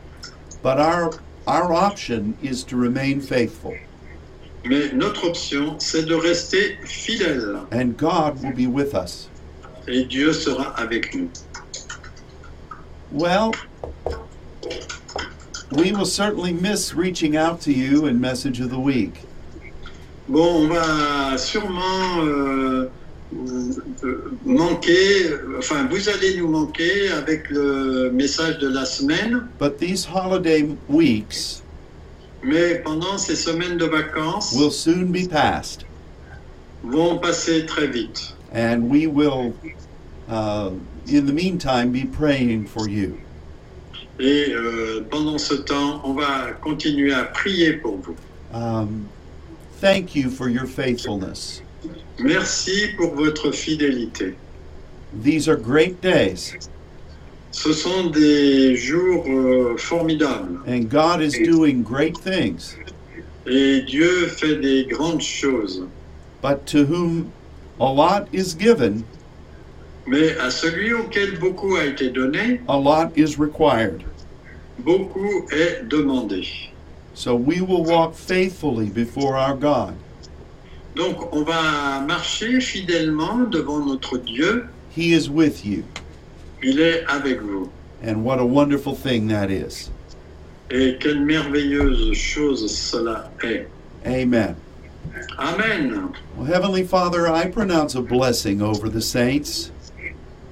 [SPEAKER 1] but our, our option is to remain faithful,
[SPEAKER 2] Mais notre option, c'est de rester fidèle.
[SPEAKER 1] and God will be with us.
[SPEAKER 2] Et Dieu sera avec nous.
[SPEAKER 1] Well, we will certainly miss reaching out to you in Message of the Week.
[SPEAKER 2] Bon, on va sûrement euh, euh, manquer, enfin vous allez nous manquer avec le message de la semaine,
[SPEAKER 1] But these holiday weeks
[SPEAKER 2] mais pendant ces semaines de vacances
[SPEAKER 1] will soon be past,
[SPEAKER 2] vont passer très vite.
[SPEAKER 1] and we will, uh, in the meantime, be praying for you.
[SPEAKER 2] Et euh, pendant ce temps, on va continuer à prier pour vous.
[SPEAKER 1] Um, thank you for your faithfulness.
[SPEAKER 2] Merci pour votre fidélité.
[SPEAKER 1] These are great days,
[SPEAKER 2] Ce sont des jours euh, formidables
[SPEAKER 1] and God is doing great things.
[SPEAKER 2] et Dieu fait des grandes choses.
[SPEAKER 1] But to whom a lot is given,
[SPEAKER 2] Mais à celui auquel beaucoup a été donné,
[SPEAKER 1] a lot is required.
[SPEAKER 2] Beaucoup est demandé.
[SPEAKER 1] So we will walk faithfully before our God.
[SPEAKER 2] Donc on va marcher fidèlement devant notre Dieu.
[SPEAKER 1] He is with you,
[SPEAKER 2] Il est avec vous.
[SPEAKER 1] and what a wonderful thing that is.
[SPEAKER 2] Et quelle merveilleuse chose cela est.
[SPEAKER 1] Amen.
[SPEAKER 2] Amen.
[SPEAKER 1] Well, Heavenly Father, I pronounce a blessing over the saints.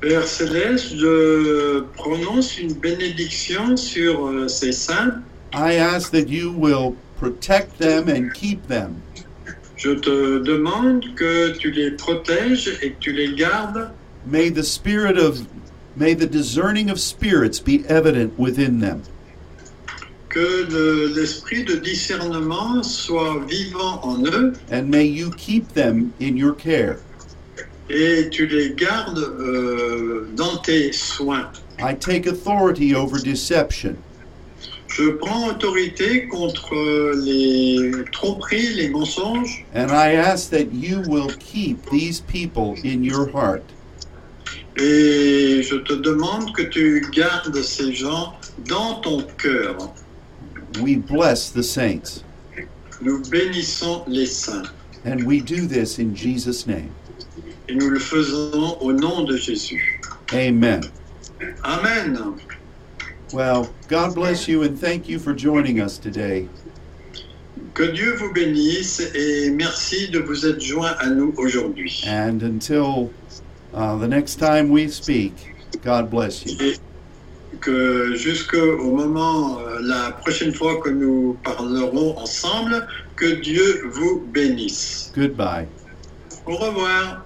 [SPEAKER 2] Père céleste, je prononce une bénédiction sur euh, ces saints.
[SPEAKER 1] I ask that you will protect them and keep them.
[SPEAKER 2] Je te demande que tu les protèges et que tu les gardes.
[SPEAKER 1] May the spirit of may the discerning of spirits be evident within them.
[SPEAKER 2] Que le- l'esprit de discernement soit vivant en eux
[SPEAKER 1] And may you keep them in your care.
[SPEAKER 2] et tu les gardes euh, dans tes soins.
[SPEAKER 1] I take authority over deception.
[SPEAKER 2] Je prends autorité contre les tromperies, les mensonges,
[SPEAKER 1] And I ask that you will keep these people in your heart.
[SPEAKER 2] et je te demande que tu gardes ces gens dans ton cœur.
[SPEAKER 1] We bless the saints.
[SPEAKER 2] Nous bénissons les saints.
[SPEAKER 1] And we do this in Jesus' name.
[SPEAKER 2] Et nous le faisons au nom de Jésus.
[SPEAKER 1] Amen.
[SPEAKER 2] Amen.
[SPEAKER 1] Well, God bless you and thank you for joining us today.
[SPEAKER 2] Que Dieu vous bénisse et merci de vous être joint à nous aujourd'hui.
[SPEAKER 1] And until uh, the next time we speak, God bless you.
[SPEAKER 2] que jusqu'au moment, euh, la prochaine fois que nous parlerons ensemble, que Dieu vous bénisse.
[SPEAKER 1] Goodbye.
[SPEAKER 2] Au revoir.